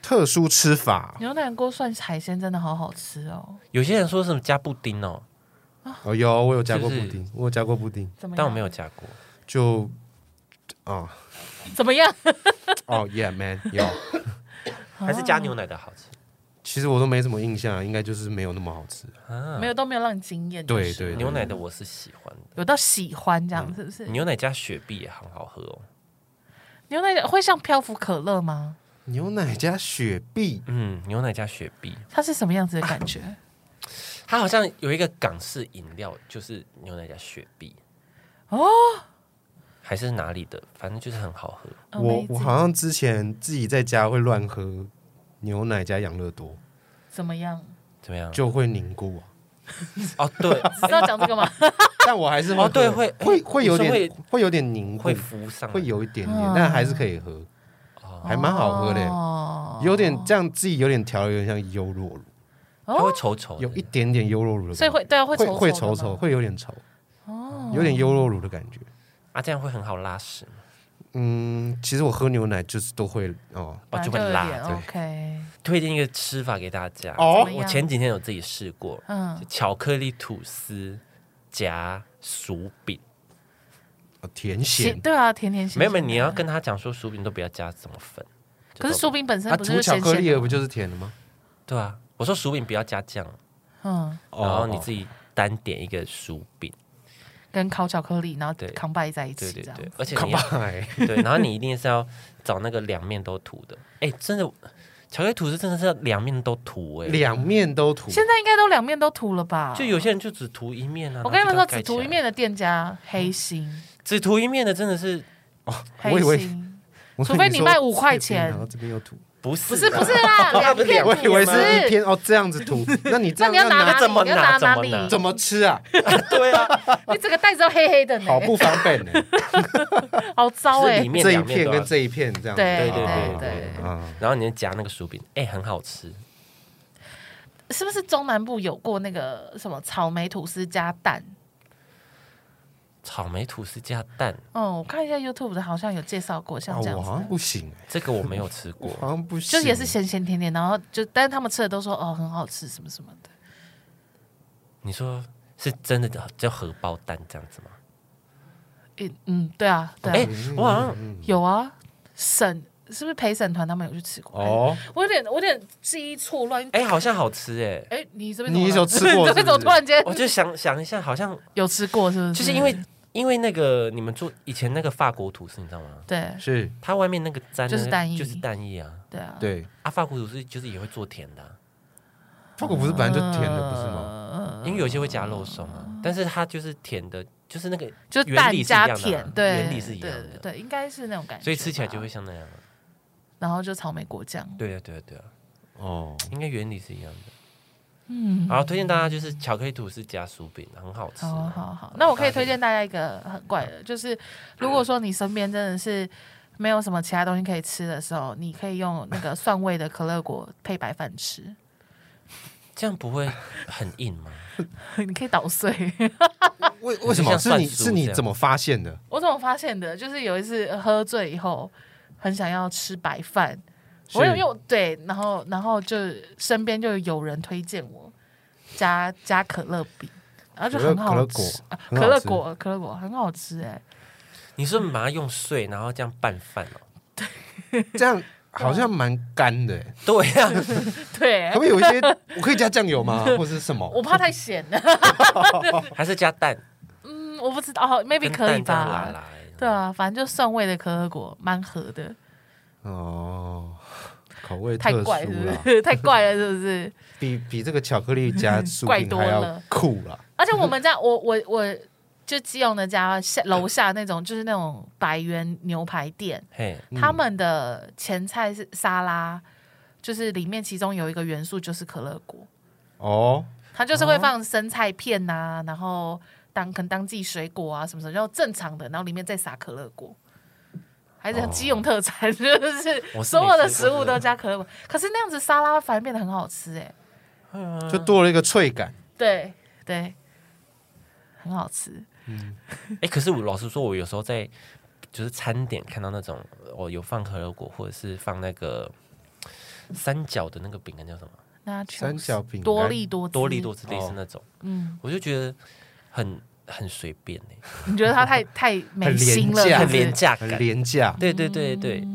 Speaker 3: 特殊吃
Speaker 1: 啊
Speaker 3: 法
Speaker 2: 牛奶锅算海鲜，真的好好吃哦。
Speaker 1: 有些人说什么加布丁哦，
Speaker 3: 哦，有我有加过布
Speaker 1: 就是
Speaker 3: 丁，我有加过布丁，
Speaker 2: 怎么样？
Speaker 1: 但我没有加过。
Speaker 3: 就啊
Speaker 2: 怎么样？
Speaker 3: 哦 yeah man 有，
Speaker 1: 还是加牛奶的好吃
Speaker 3: 其实我都没什么印象，应该就是没有那么好吃。
Speaker 1: 啊？
Speaker 2: 没有都没有让你惊艳。
Speaker 3: 对
Speaker 2: 就是
Speaker 3: 对
Speaker 1: 牛奶的我是喜欢的，
Speaker 2: 有到喜欢这
Speaker 1: 嗯
Speaker 2: 样，是不是？
Speaker 1: 牛奶加雪碧也很好喝哦。
Speaker 2: 牛奶会像漂浮可乐吗？
Speaker 3: 牛奶加雪碧，
Speaker 1: 嗯，牛奶加雪碧，
Speaker 2: 它是什么样子的感觉？
Speaker 1: 它好像有一个港式饮料，就是牛奶加雪碧
Speaker 2: 哦，
Speaker 1: 还是哪里的，反正就是很好喝。
Speaker 2: 哦
Speaker 3: 我
Speaker 2: Amazing
Speaker 3: 我好像之前自己在家会乱喝牛奶加养乐多，
Speaker 2: 怎么样？
Speaker 1: 怎么样？
Speaker 3: 就会凝固 啊。
Speaker 1: 哦，对，
Speaker 2: 是要讲这个吗？
Speaker 3: 但我还是会喝
Speaker 1: 哦对会
Speaker 3: 会会有
Speaker 1: 你
Speaker 3: 点
Speaker 1: 是
Speaker 3: 会有点凝固
Speaker 1: 会，浮上来，
Speaker 3: 会有一点
Speaker 2: 嗯
Speaker 3: 点，但还是可以喝，还蛮好喝的。
Speaker 2: 哦
Speaker 3: 有点这样自己有点调，有点像优酪乳，
Speaker 2: 哦
Speaker 1: 它会稠稠的，
Speaker 3: 有一点点优酪乳的感觉，
Speaker 2: 所以会对啊，会
Speaker 3: 会
Speaker 2: 稠
Speaker 3: 会
Speaker 2: 稠
Speaker 3: 稠
Speaker 2: 的吗
Speaker 3: 稠，会有点稠，
Speaker 2: 哦，
Speaker 3: 有点优酪乳的感觉。
Speaker 1: 啊，这样会很好拉屎吗？
Speaker 3: 嗯，其实我喝牛奶就是都会哦，
Speaker 1: 哦，就会
Speaker 2: 啊有
Speaker 1: 拉。
Speaker 2: 点
Speaker 1: 对
Speaker 2: OK，
Speaker 1: 推荐一个吃法给大家
Speaker 3: 哦
Speaker 1: 我前几天有自己试过，
Speaker 2: 嗯
Speaker 1: 就，巧克力吐司夹薯饼，
Speaker 3: 哦甜
Speaker 2: 咸
Speaker 3: 咸
Speaker 2: 对啊，甜甜咸咸的。
Speaker 1: 没有没有，你要跟他讲说薯饼都不要加什么粉，
Speaker 2: 可是
Speaker 1: 就都
Speaker 2: 薯饼本身
Speaker 3: 啊，
Speaker 2: 不是
Speaker 3: 涂
Speaker 2: 就
Speaker 3: 巧
Speaker 2: 咸
Speaker 3: 克
Speaker 2: 咸
Speaker 3: 力
Speaker 2: 的
Speaker 3: 的
Speaker 2: 吗
Speaker 3: 不就是甜的吗？
Speaker 1: 对啊，我说薯饼不要加酱，
Speaker 2: 嗯，
Speaker 1: 然后你
Speaker 3: 哦
Speaker 1: 自己单点一个薯饼，
Speaker 2: 跟烤巧克力然后
Speaker 1: 对
Speaker 2: 扛掰在一
Speaker 1: 对
Speaker 2: 起
Speaker 1: 对
Speaker 2: 这样
Speaker 1: 对
Speaker 2: 子，，
Speaker 1: 而且
Speaker 3: 可
Speaker 1: 你要
Speaker 3: 怕哎，
Speaker 1: 对，然后你一定是要找那个两面都涂 的，哎，真的。巧克力吐司真的是要两面都涂哎、
Speaker 3: 两面都涂，
Speaker 2: 现在应该都两面都涂了吧？
Speaker 1: 就有些人就只涂一面啊。
Speaker 2: 我跟你们说，
Speaker 1: 然后就这样盖
Speaker 2: 只
Speaker 1: 起来
Speaker 2: 涂一，面的店家黑心，
Speaker 1: 只涂一面的真的是
Speaker 3: 我
Speaker 2: 黑
Speaker 3: 以为
Speaker 2: 心，
Speaker 3: 我
Speaker 2: 除非
Speaker 3: 跟
Speaker 2: 你
Speaker 3: 说
Speaker 2: 卖五
Speaker 3: 这
Speaker 2: 块
Speaker 3: 边
Speaker 2: 钱
Speaker 3: 然后这边又涂，
Speaker 1: 不是
Speaker 2: 不是不是啦， 两片
Speaker 3: 我以为
Speaker 2: 不
Speaker 3: 是一片哦这样 子涂，那你这
Speaker 2: 那
Speaker 3: 样
Speaker 2: 你要拿
Speaker 1: 那
Speaker 2: 哪
Speaker 1: 怎
Speaker 2: 里？
Speaker 1: 么
Speaker 2: 你要
Speaker 1: 拿怎
Speaker 2: 哪
Speaker 1: 么
Speaker 2: 里？
Speaker 1: 拿
Speaker 3: 怎么 吃啊？
Speaker 1: 对啊，
Speaker 2: 你整个袋子都黑黑的呢，
Speaker 3: 好不方便呢，
Speaker 2: 好糟
Speaker 1: 就是
Speaker 2: 哎
Speaker 1: 里！ 面
Speaker 3: 这一
Speaker 1: 两面
Speaker 3: 片
Speaker 1: 都
Speaker 3: 跟
Speaker 1: 要
Speaker 3: 这一片这样子，
Speaker 2: 对
Speaker 1: 对对
Speaker 2: 哦对对
Speaker 3: 啊，
Speaker 1: 然后你就夹那个薯饼，哎、很好吃。
Speaker 2: 是不是中南部有过那个什么草莓吐司加蛋？
Speaker 1: 草莓吐司加蛋，
Speaker 2: 哦，我看一下 YouTube 的，好像有介绍过像
Speaker 3: 啊
Speaker 2: 这样
Speaker 3: 我
Speaker 2: 子
Speaker 3: 好像
Speaker 2: 的，
Speaker 3: 不行哎，
Speaker 1: 这个我没有吃过
Speaker 3: 我。 好像不行，
Speaker 2: 就是也是咸咸甜甜，然后就但是他们吃的都说哦很好吃什么什么的，
Speaker 1: 你说是真的叫荷包蛋这样子吗？
Speaker 2: 嗯嗯，对啊对啊，
Speaker 1: 哎、我好像
Speaker 2: 有啊，审是不是陪审团他们有去吃过？哦，
Speaker 3: 哦，
Speaker 2: 我有点我有点记忆错乱。
Speaker 1: 哎、好像好吃哎、
Speaker 2: 哎、你这边
Speaker 3: 你
Speaker 2: 怎么
Speaker 3: 有
Speaker 2: 了
Speaker 3: 吃 过
Speaker 2: 你这
Speaker 3: 是
Speaker 2: 边怎
Speaker 3: 不
Speaker 2: 么
Speaker 3: 是
Speaker 2: 突然间
Speaker 1: 我就想想一下，好像
Speaker 2: 有吃过是不是？
Speaker 1: 就是因为因为那个你们做以前那个法国吐司，你知道吗？
Speaker 2: 对
Speaker 3: 是，
Speaker 1: 它外面那个沾
Speaker 2: 就是
Speaker 1: 那个
Speaker 2: 蛋液
Speaker 1: 就是蛋液啊。
Speaker 2: 对啊，
Speaker 3: 对，
Speaker 1: 啊，法国吐司就是也会做甜的啊、
Speaker 3: 法国不是本来就甜的不是吗？
Speaker 1: 因为有些会加肉松啊，
Speaker 2: 哦
Speaker 1: 但是它就是甜的，就是那个
Speaker 2: 就是
Speaker 1: 原
Speaker 2: 蛋
Speaker 1: 理是一样
Speaker 2: 加
Speaker 1: 的啊
Speaker 2: 甜，对，
Speaker 1: 原理是一样的
Speaker 2: 对对对，应该是那种感觉吧，
Speaker 1: 所以吃起来就会像那样啊。
Speaker 2: 然后就草莓果酱，
Speaker 1: 对啊，对啊，对啊，
Speaker 3: 哦，
Speaker 1: 应该原理是一样的。
Speaker 2: 嗯，
Speaker 1: 好，推荐大家就是巧克力吐司加薯饼，很好吃。
Speaker 2: 好啊好啊好啊，那我可以推荐大家一个很怪的，就是如果说你身边真的是没有什么其他东西可以吃的时候，你可以用那个蒜味的可乐果配白饭吃，
Speaker 1: 这样不会很硬吗？
Speaker 2: 你可以捣碎。
Speaker 3: 哦为为什么
Speaker 1: 像
Speaker 3: 是
Speaker 1: 蒜
Speaker 3: 你
Speaker 1: 酥
Speaker 3: 是
Speaker 1: 这
Speaker 3: 你
Speaker 1: 样
Speaker 3: 怎么发现的？
Speaker 2: 我怎么发现的？就是有一次喝醉以后，很想要吃白饭，
Speaker 3: 是
Speaker 2: 我有用对，然后然后就身边就有人推荐我加加可乐饼，然后就很好吃，啊
Speaker 3: 可
Speaker 2: 可乐
Speaker 3: 乐果
Speaker 2: 果可乐果很好吃哎、
Speaker 1: 你是不是把它用碎，然后这样拌饭哦？
Speaker 3: 这样好像蛮干的欸，
Speaker 1: 对啊呀、
Speaker 2: 对
Speaker 3: 可不，可以有一些我可以加酱油吗，或者是什么？
Speaker 2: 我怕太咸了，
Speaker 1: 还是加 蛋，
Speaker 2: 嗯， 我不知道哦，maybe
Speaker 1: 跟
Speaker 2: 可以
Speaker 1: 蛋这样拉
Speaker 2: 吧？
Speaker 1: 拉。
Speaker 2: 对啊，反正就蒜味的可乐果蛮合的，
Speaker 3: 哦，口味特
Speaker 2: 太
Speaker 3: 殊
Speaker 2: 怪是不
Speaker 3: 啦，
Speaker 2: 是？ 太怪了是不是？
Speaker 3: 比比这个巧克力加 薯
Speaker 2: 怪
Speaker 3: 饼
Speaker 2: 多
Speaker 3: 还要
Speaker 2: 了
Speaker 3: 酷啦。
Speaker 2: 而且我们家，我我我就基隆的家下楼下那种，就是那种百元牛排店，
Speaker 1: 嘿，
Speaker 2: 他们的前菜是沙拉，就是里面其中有一个元素就是可乐果，
Speaker 3: 哦，
Speaker 2: 它就是会放生菜片呐、然后当可能当季水果啊什么什么，然后正常的，然后里面再撒可乐果。还是基隆特产， 就是
Speaker 1: 哦我是
Speaker 2: 所有的
Speaker 1: 没吃
Speaker 2: 食
Speaker 1: 过
Speaker 2: 物
Speaker 1: 这个
Speaker 2: 都加可乐果。可是那样子沙拉反而变得很好吃哎、
Speaker 1: 嗯
Speaker 3: 就多了一个脆感。
Speaker 2: 对对，很好吃。
Speaker 1: 哎、可是我老实说，我有时候在就是餐点看到那种哦有放可乐果，或者是放那个三角的那个饼干叫什么
Speaker 2: 那
Speaker 3: 三角饼干
Speaker 2: 多利多
Speaker 1: 多利
Speaker 2: 滋
Speaker 1: 多，之类似那种，
Speaker 2: 嗯，
Speaker 1: 我就觉得很很随便哎、
Speaker 2: 你觉得它太太没
Speaker 3: 很廉
Speaker 2: 心了，
Speaker 3: 价
Speaker 2: 是
Speaker 1: 很
Speaker 2: 不是
Speaker 1: 廉价
Speaker 3: 很
Speaker 1: 感。
Speaker 3: 廉价，
Speaker 1: 对对对对，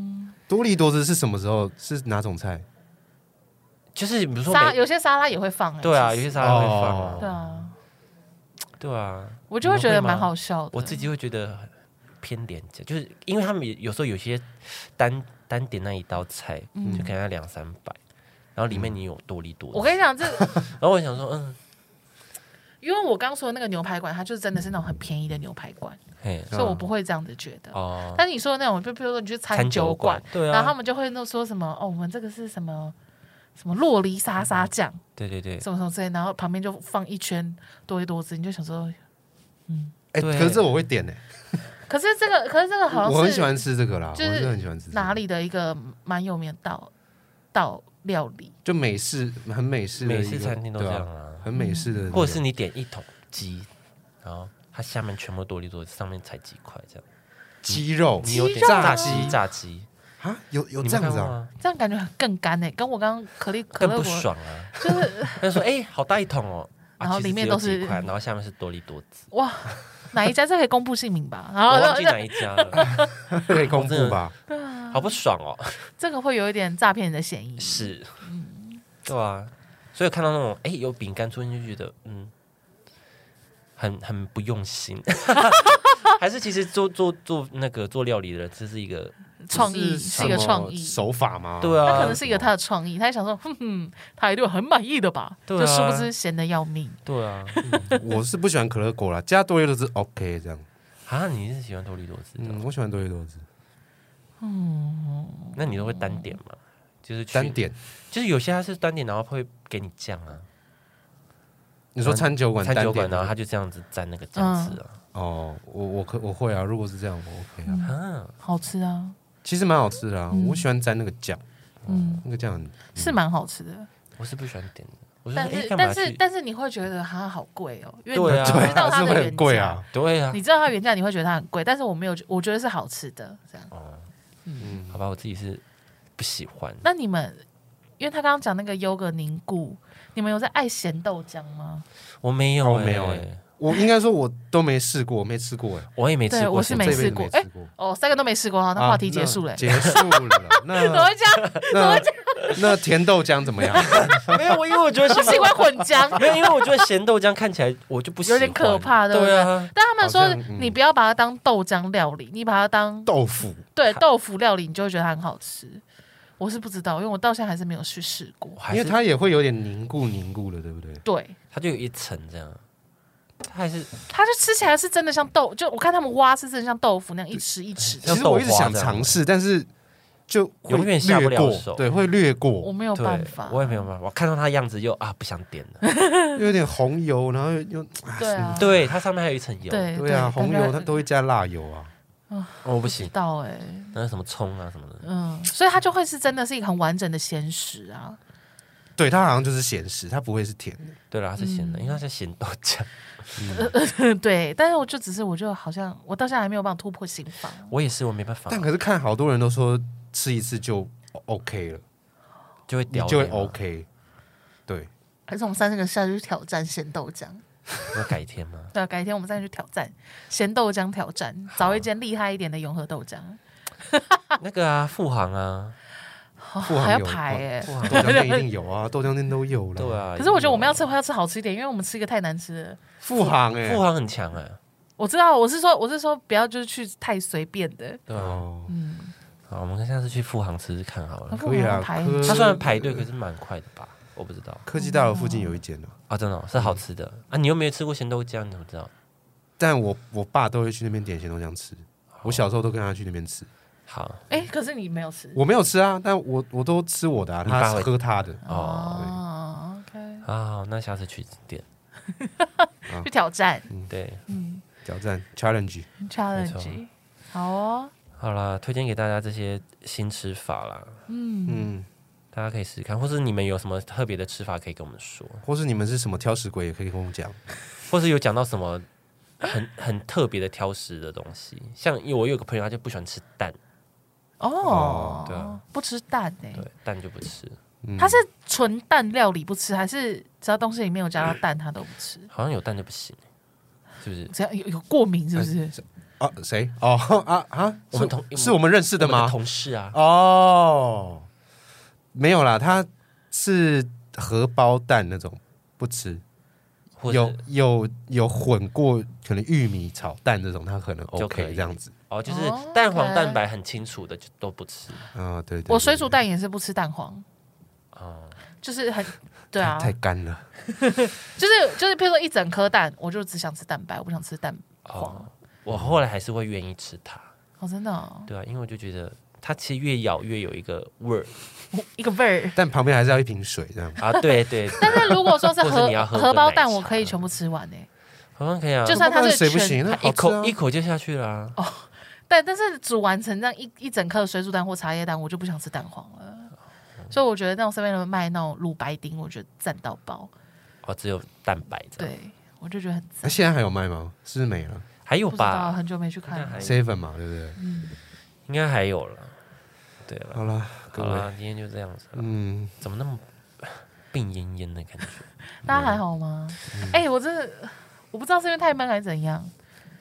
Speaker 3: 多利多汁是什么时候？是哪种菜？
Speaker 1: 就是比如说
Speaker 2: 沙
Speaker 1: 每
Speaker 2: 有些沙拉也会放、欸，
Speaker 1: 对啊，有
Speaker 2: 其实
Speaker 1: 些沙拉会放
Speaker 3: 哦
Speaker 1: 啊，
Speaker 2: 对啊，
Speaker 1: 对啊，
Speaker 2: 我就会觉得
Speaker 1: 你们会吗
Speaker 2: 蛮好笑的。
Speaker 1: 我自己会觉得很偏廉价，就是因为他们有有时候有些单单点那一道菜，就可能要两三百，然后里
Speaker 3: 嗯
Speaker 1: 面你有多利多，
Speaker 2: 嗯我跟你讲，这
Speaker 1: 然后我想说，嗯，
Speaker 2: 因为我刚说的那个牛排馆，它就真的是那种很便宜的牛排馆，
Speaker 1: 嘿，
Speaker 2: 所以我不会这样子觉得。
Speaker 1: 嗯哦，
Speaker 2: 但是你说的那种，就比如说你去餐酒馆，，
Speaker 1: 对
Speaker 2: 然后他
Speaker 1: 啊，
Speaker 2: 们就会那说什么哦，我们这个是什么什么洛梨沙沙酱，
Speaker 1: 对对对，
Speaker 2: 什么什么之类，然后旁边就放一圈多利多汁，你就想说，
Speaker 3: 哎、
Speaker 1: 对
Speaker 3: 可是这我会点呢、
Speaker 2: 可是这个，可是这个好像是
Speaker 3: 我很喜欢吃这个啦，
Speaker 2: 就
Speaker 3: 我
Speaker 2: 是
Speaker 3: 真的很喜欢吃、这个
Speaker 2: 哪？里的一个蛮有名的道道料理，
Speaker 3: 就美式，很美式的一
Speaker 1: 美
Speaker 3: 个，
Speaker 1: 式餐厅都
Speaker 3: 对
Speaker 1: 这
Speaker 3: 啊
Speaker 1: 样啊，
Speaker 3: 很美式的那种，
Speaker 1: 或者是你点一桶鸡，然后它下面全部多利多，上面才几块这样，
Speaker 3: 鸡肉
Speaker 1: 你有点
Speaker 2: 鸡肉啊
Speaker 1: 炸鸡炸鸡，
Speaker 3: 啊，有有
Speaker 1: 你们
Speaker 3: 这样子
Speaker 1: 看过
Speaker 3: 啊？
Speaker 1: 吗，
Speaker 2: 这样感觉更干哎、跟我刚刚可丽可
Speaker 1: 更
Speaker 2: 乐
Speaker 1: 不
Speaker 2: 果
Speaker 1: 爽啊，
Speaker 2: 就是
Speaker 1: 他就说，哎，好大一桶哦。啊
Speaker 2: 然后
Speaker 1: 其实
Speaker 2: 里面
Speaker 1: 只有
Speaker 2: 都是
Speaker 1: 几块，然后下面是多利多汁，
Speaker 2: 哇，哪一家这可以公布姓名吧？然
Speaker 1: 我
Speaker 2: 后
Speaker 1: 忘记哪一家 了，
Speaker 3: 可以公布吧？
Speaker 1: 好不爽哦。
Speaker 2: 这个会有一点诈骗人的嫌疑，
Speaker 1: 是，
Speaker 2: 嗯
Speaker 1: 对啊，所以看到那种哎、有饼干出现就觉得嗯，很很不用心， 还是其实做做做那个做料理的人，这是一 个
Speaker 2: 创意是一个
Speaker 3: 什么
Speaker 2: 创意。
Speaker 3: 手法吗？
Speaker 1: 对啊
Speaker 2: 他可能是一个他的创意，他想说，哼哼，他一定会很满意的吧？
Speaker 1: 对啊
Speaker 2: 就殊不知闲的要命。
Speaker 1: 对啊
Speaker 3: 我是不喜欢可乐果啦，加多利多汁 OK 这样。
Speaker 1: 啊，你是喜欢多利多汁的哦，
Speaker 3: 嗯，我喜欢多利多汁，
Speaker 2: 嗯
Speaker 1: 那你都会单点吗？就是去
Speaker 3: 单，点。
Speaker 1: 就是有些它是单点，然后会给你酱啊，
Speaker 3: 你说餐酒馆
Speaker 1: 嗯餐
Speaker 3: 单
Speaker 1: 酒
Speaker 3: 点
Speaker 1: 馆，然后啊
Speaker 3: 吗
Speaker 1: 他就这样子蘸那个酱汁啊，
Speaker 3: 哦，我我可我会啊，如果是这样我 OK
Speaker 2: 嗯
Speaker 3: 啊，
Speaker 1: 啊，
Speaker 2: 好吃啊，
Speaker 3: 其实蛮好吃的啊，
Speaker 2: 嗯
Speaker 3: 我喜欢沾那个酱，哦
Speaker 2: 嗯，
Speaker 3: 那个酱很
Speaker 2: 是蛮好吃的。
Speaker 1: 我是不喜欢点的，我说
Speaker 2: 但
Speaker 1: 哎
Speaker 2: 是
Speaker 1: 干嘛
Speaker 2: 但是
Speaker 1: 去？
Speaker 2: 但是你会觉得它好贵哦，因为
Speaker 1: 对
Speaker 2: 你
Speaker 1: 啊
Speaker 2: 知道它
Speaker 3: 是
Speaker 2: 的
Speaker 3: 会
Speaker 2: 原价，
Speaker 3: 很贵啊，
Speaker 1: 对啊
Speaker 2: 你，知道它原价，你会觉得它很贵，但是我没有，我觉得是好吃的这
Speaker 3: 哦
Speaker 2: 样。
Speaker 1: 好吧，我自己是不喜欢。
Speaker 2: 那你们，因为他刚刚讲那个优格凝固，你们有在爱咸豆浆吗？
Speaker 1: 我没有、
Speaker 3: 哦
Speaker 1: 欸，
Speaker 3: 没有欸我应该说我都没试过，没吃过哎，
Speaker 1: 我也没吃
Speaker 2: 对
Speaker 1: 过，
Speaker 2: 我是
Speaker 1: 现
Speaker 2: 没
Speaker 1: 在
Speaker 3: 这辈
Speaker 2: 试
Speaker 3: 子
Speaker 2: 过
Speaker 3: 没吃过。
Speaker 2: 哦，三个都没试过啊，那
Speaker 3: 啊
Speaker 2: 话题结束了、欸
Speaker 3: 那结束了。
Speaker 2: 怎么
Speaker 3: 那
Speaker 2: 会这样？
Speaker 3: 那 那甜豆浆怎么样？
Speaker 1: 没有，我因为我觉得
Speaker 2: 我 喜
Speaker 1: 咸
Speaker 2: 欢混浆，
Speaker 1: 没有，因为我觉得咸豆浆看起来我就不喜欢
Speaker 2: 有点可怕对不对
Speaker 1: 对啊，
Speaker 2: 但他们说
Speaker 3: 好像嗯
Speaker 2: 你不要把它当豆浆料理，你把它当
Speaker 3: 豆腐
Speaker 2: 对豆腐料理，你就会觉得它很好吃。我是不知道，因为我到现在还是没有去试过。
Speaker 1: 我还
Speaker 3: 因
Speaker 1: 是
Speaker 3: 为它也会有点凝固凝固了，对不对？
Speaker 2: 对，
Speaker 1: 它就有一层这样，它还是
Speaker 2: 它就吃起来是真的像豆，就我看他们挖是真的像豆腐那样一匙一匙的，
Speaker 1: 像
Speaker 3: 其实我一直
Speaker 1: 豆花
Speaker 3: 想
Speaker 1: 这样啊
Speaker 3: 尝试，但是就会
Speaker 1: 永远下不
Speaker 3: 略
Speaker 1: 了
Speaker 3: 过
Speaker 1: 手
Speaker 3: 对，会略
Speaker 2: 我
Speaker 3: 过，
Speaker 2: 没有
Speaker 1: 对
Speaker 2: 办法，
Speaker 1: 我也没有办法，我看到它的样子又啊不想点 了。
Speaker 3: 又有点红油，然后又啊
Speaker 2: 对啊，
Speaker 1: 对，它上面还有一层油，
Speaker 2: 哎对
Speaker 3: 对啊，红油
Speaker 2: 它
Speaker 3: 它都会加辣油啊，
Speaker 1: 哦我不
Speaker 2: 知
Speaker 1: 行，
Speaker 2: 道哎、
Speaker 1: 那什么葱啊什么的，
Speaker 2: 嗯，所以它就会是真的是一个很完整的鲜食啊。
Speaker 3: 对，它好像就是咸食，它不会是甜的。
Speaker 1: 对啦，它是
Speaker 2: 嗯
Speaker 1: 咸的，因为它是咸豆浆，
Speaker 2: 对，但是我就只是我就好像我到现在还没有办法突破心房，
Speaker 1: 我也是我没办法
Speaker 3: 但，可是看好多人都说吃一次就 OK 了，
Speaker 1: 就会
Speaker 3: 你
Speaker 1: 掉，
Speaker 3: 就会 OK。对，
Speaker 2: 还是我们三个下去挑战咸豆浆？
Speaker 1: 要改天吗？
Speaker 2: 对啊，改天我们再去挑战咸豆浆挑战，找一间厉害一点的永和豆浆，
Speaker 1: 那个啊，富航啊，
Speaker 2: 哦
Speaker 3: 富
Speaker 2: 还
Speaker 3: 含
Speaker 2: 要
Speaker 3: 有哦
Speaker 2: 排哎、
Speaker 3: 豆浆店一定有啊，豆浆店都有了。
Speaker 1: 对，啊，
Speaker 2: 可是我觉得我们要吃的话要吃好吃一点，因为我们吃一个太难吃了。
Speaker 3: 富航哎
Speaker 1: 富，航很强啊，
Speaker 2: 我知道，我是说，我是说，不要就是去太随便的。
Speaker 1: 对啊，
Speaker 3: 哦，
Speaker 1: 好，我们下次去富航吃吃看好了。
Speaker 3: 可以啊，
Speaker 2: 排
Speaker 3: 科
Speaker 1: 它虽然排队，可是蛮快的吧？
Speaker 3: 嗯
Speaker 1: 我不知道。
Speaker 3: 科技大楼附近有一间啊，
Speaker 1: 哦
Speaker 3: 嗯
Speaker 1: 啊，真的、哦、是好吃的啊！你又没有吃过咸豆浆，你怎么知道？
Speaker 3: 但我我爸都会去那边点咸豆浆吃，我小时候都跟他去那边吃，
Speaker 1: 好
Speaker 3: 嗯
Speaker 2: 哎，可是你没有吃
Speaker 3: 我没有吃啊，但我我都吃我的啊，
Speaker 1: 你爸
Speaker 3: 他
Speaker 1: 会
Speaker 3: 喝他的，
Speaker 1: 哦，
Speaker 2: 哦，OK，
Speaker 1: 好，那下次去点
Speaker 2: 去挑战
Speaker 3: 嗯
Speaker 1: 对。
Speaker 3: 挑战 challenge，
Speaker 2: challenge，好哦，
Speaker 1: 好啦，推荐给大家这些新吃法啦，
Speaker 3: 嗯，
Speaker 1: 大家可以试试看，或是你们有什么特别的吃法可以跟我们说，
Speaker 3: 或是你们是什么挑食鬼也可以跟我讲，
Speaker 1: 或是有讲到什么很很特别的挑食的东西，像因为我有个朋友他就不喜欢吃蛋，
Speaker 2: 哦，
Speaker 1: 对啊
Speaker 2: 不吃蛋哎
Speaker 1: 对，，蛋就不吃，
Speaker 3: 嗯
Speaker 2: 他是纯蛋料理不吃，还是只要东西里面有加到蛋他都不吃？
Speaker 1: 好像有蛋就不行，是不是？
Speaker 2: 只要有有过敏是不是？
Speaker 3: 啊谁哦啊啊，
Speaker 1: 我们同
Speaker 3: 是是我们认识的
Speaker 1: 我们
Speaker 3: 吗？
Speaker 1: 同事啊，
Speaker 3: 哦，没有啦，他是荷包蛋那种不吃，
Speaker 1: 或者
Speaker 3: 有有有混过可能玉米炒蛋这种，他可能
Speaker 1: 就可以
Speaker 3: OK 这样子。
Speaker 1: 哦，就是
Speaker 2: 哦
Speaker 1: 蛋黄
Speaker 2: OK
Speaker 1: 蛋白很清楚的就都不吃，
Speaker 3: 啊、对对对哦
Speaker 2: 我水煮蛋也是不吃蛋黄，就是很对啊，
Speaker 3: 太干了。。
Speaker 2: 就是就是，譬如说一整颗蛋，我就只想吃蛋白，我不想吃蛋黄。
Speaker 1: 哦，我后来还是会愿意吃它，
Speaker 2: 哦，真的、哦，
Speaker 1: 对啊，因为我就觉得它其实越咬越有一个味儿
Speaker 2: 一个味儿
Speaker 3: 但旁边还是要一瓶水这样。
Speaker 1: 啊，对对，
Speaker 2: 但是如果说是
Speaker 1: 或者
Speaker 2: 荷
Speaker 1: 你要喝
Speaker 2: 荷包蛋，
Speaker 1: 个奶茶
Speaker 2: 我可以全部吃完欸诶、
Speaker 1: 好像可以啊，
Speaker 2: 就算它哦是
Speaker 3: 水不
Speaker 2: 全
Speaker 3: 行，那
Speaker 1: 它
Speaker 3: 好
Speaker 1: 一
Speaker 3: 吃
Speaker 1: 口、
Speaker 3: 啊
Speaker 1: 一口就下去了、啊。
Speaker 2: 但但是煮完成这样一一整颗的水煮蛋或茶叶蛋，我就不想吃蛋黄了。所以我觉得那种身边人卖那种卤白丁，我觉得赞到爆。
Speaker 1: 哦，只有蛋白这样。，
Speaker 2: 对，我就觉得很
Speaker 3: 那
Speaker 2: 赞。
Speaker 3: 啊现在还有卖吗？是不是没了
Speaker 1: 还哎有
Speaker 2: 不知道，
Speaker 1: 吧，
Speaker 2: 很久没去看
Speaker 1: 应该还
Speaker 2: 了
Speaker 1: 有。
Speaker 3: ？seven 嘛，对不对？
Speaker 1: 应该还有了。对了，
Speaker 3: 好啦，啊各
Speaker 1: 好
Speaker 3: 位，
Speaker 1: 啦，今天就这样子了。
Speaker 3: 嗯，
Speaker 1: 怎么那么病恹恹的 感觉？
Speaker 2: 大家还好吗？
Speaker 1: 嗯
Speaker 2: 哎、我真的我不知道是因为太闷还是怎样。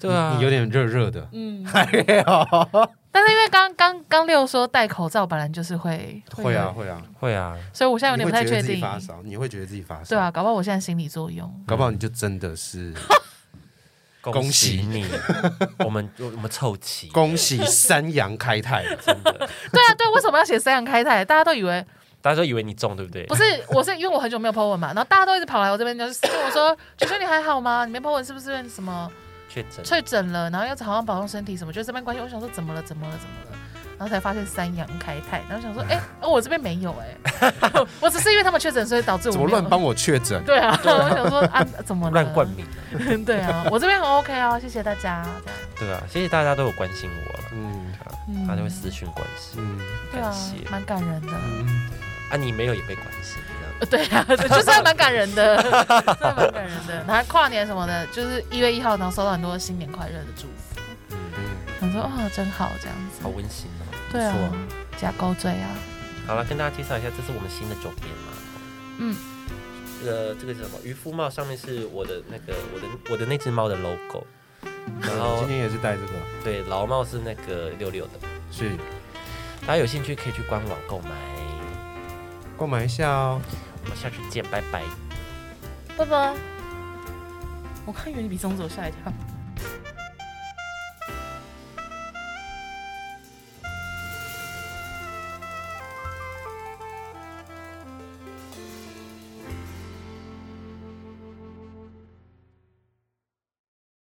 Speaker 1: 对啊，
Speaker 3: 你有点热热的，
Speaker 2: 嗯，
Speaker 3: 没有？
Speaker 2: 但是因为刚刚刚六说戴口罩，本来就是会
Speaker 3: 会
Speaker 2: 有
Speaker 3: 啊，会啊。
Speaker 1: 会啊，
Speaker 2: 所以我现在有
Speaker 3: 你
Speaker 2: 点
Speaker 3: 会
Speaker 2: 不太
Speaker 3: 觉得
Speaker 2: 确
Speaker 3: 自己
Speaker 2: 定。
Speaker 3: 发烧，你会觉得自己发烧，
Speaker 2: 对啊，，搞不好我现在心理作用。
Speaker 3: 搞不好你就真的是
Speaker 1: 恭
Speaker 3: 喜
Speaker 1: 你， 我们我们凑齐，
Speaker 3: 恭喜三阳开泰了。
Speaker 1: 真的，
Speaker 2: 对啊，对，为什么要写三阳开泰？大家都以为
Speaker 1: 大家都以为你中，对不对
Speaker 2: 不？是，我是因为我很久没有 po 文嘛，然后大家都一直跑来我这边，就是跟我说：“九九你还好吗？你没 po 文是不是什么
Speaker 1: 确诊，
Speaker 2: 确诊了？然后要好好保重身体什么？”就这边关心，我想说怎么了？怎么了？怎么了？然后才发现三阳开泰，然后想说：“哎、哦我这边没有哎、 我只是因为他们确诊，所以导致我
Speaker 3: 怎么
Speaker 2: 没有
Speaker 3: 乱帮我确诊？
Speaker 2: 对啊，我想说啊，怎么了
Speaker 1: 乱冠？名，
Speaker 2: 对啊，我这边很 OK 啊，谢谢大家。这样
Speaker 1: 对啊，谢谢大家都有关心我了。
Speaker 3: 嗯
Speaker 2: 嗯
Speaker 1: 他就会私讯关心
Speaker 3: 嗯
Speaker 2: 对啊
Speaker 1: 感谢，
Speaker 2: 蛮感人的。
Speaker 3: 嗯，
Speaker 1: 啊，你没有也被关心，这样
Speaker 2: 呃 对啊，对就是还蛮感人的， 真的蛮感人的。然后跨年什么的，就是一月一号，然后收到很多新年快乐的祝福，
Speaker 3: 嗯
Speaker 2: 想说啊、真好这样子
Speaker 1: 好。温馨哦。
Speaker 2: 对啊
Speaker 1: 不错，
Speaker 2: 假勾嘴啊，
Speaker 1: 好了，跟大家介绍一下，这是我们新的周边嘛。
Speaker 2: 嗯，
Speaker 1: 呃，这个是什么？渔夫帽上面是我的那个我的我的那只猫的 logo，然后
Speaker 3: 今天也是带这个，
Speaker 1: 对，老帽是那个六六的。
Speaker 3: 是
Speaker 1: 大家有兴趣可以去官网购买。
Speaker 3: 购买一下哦。
Speaker 1: 我们下次见，拜拜。
Speaker 2: 拜拜。我刚以为你鼻中走吓一跳。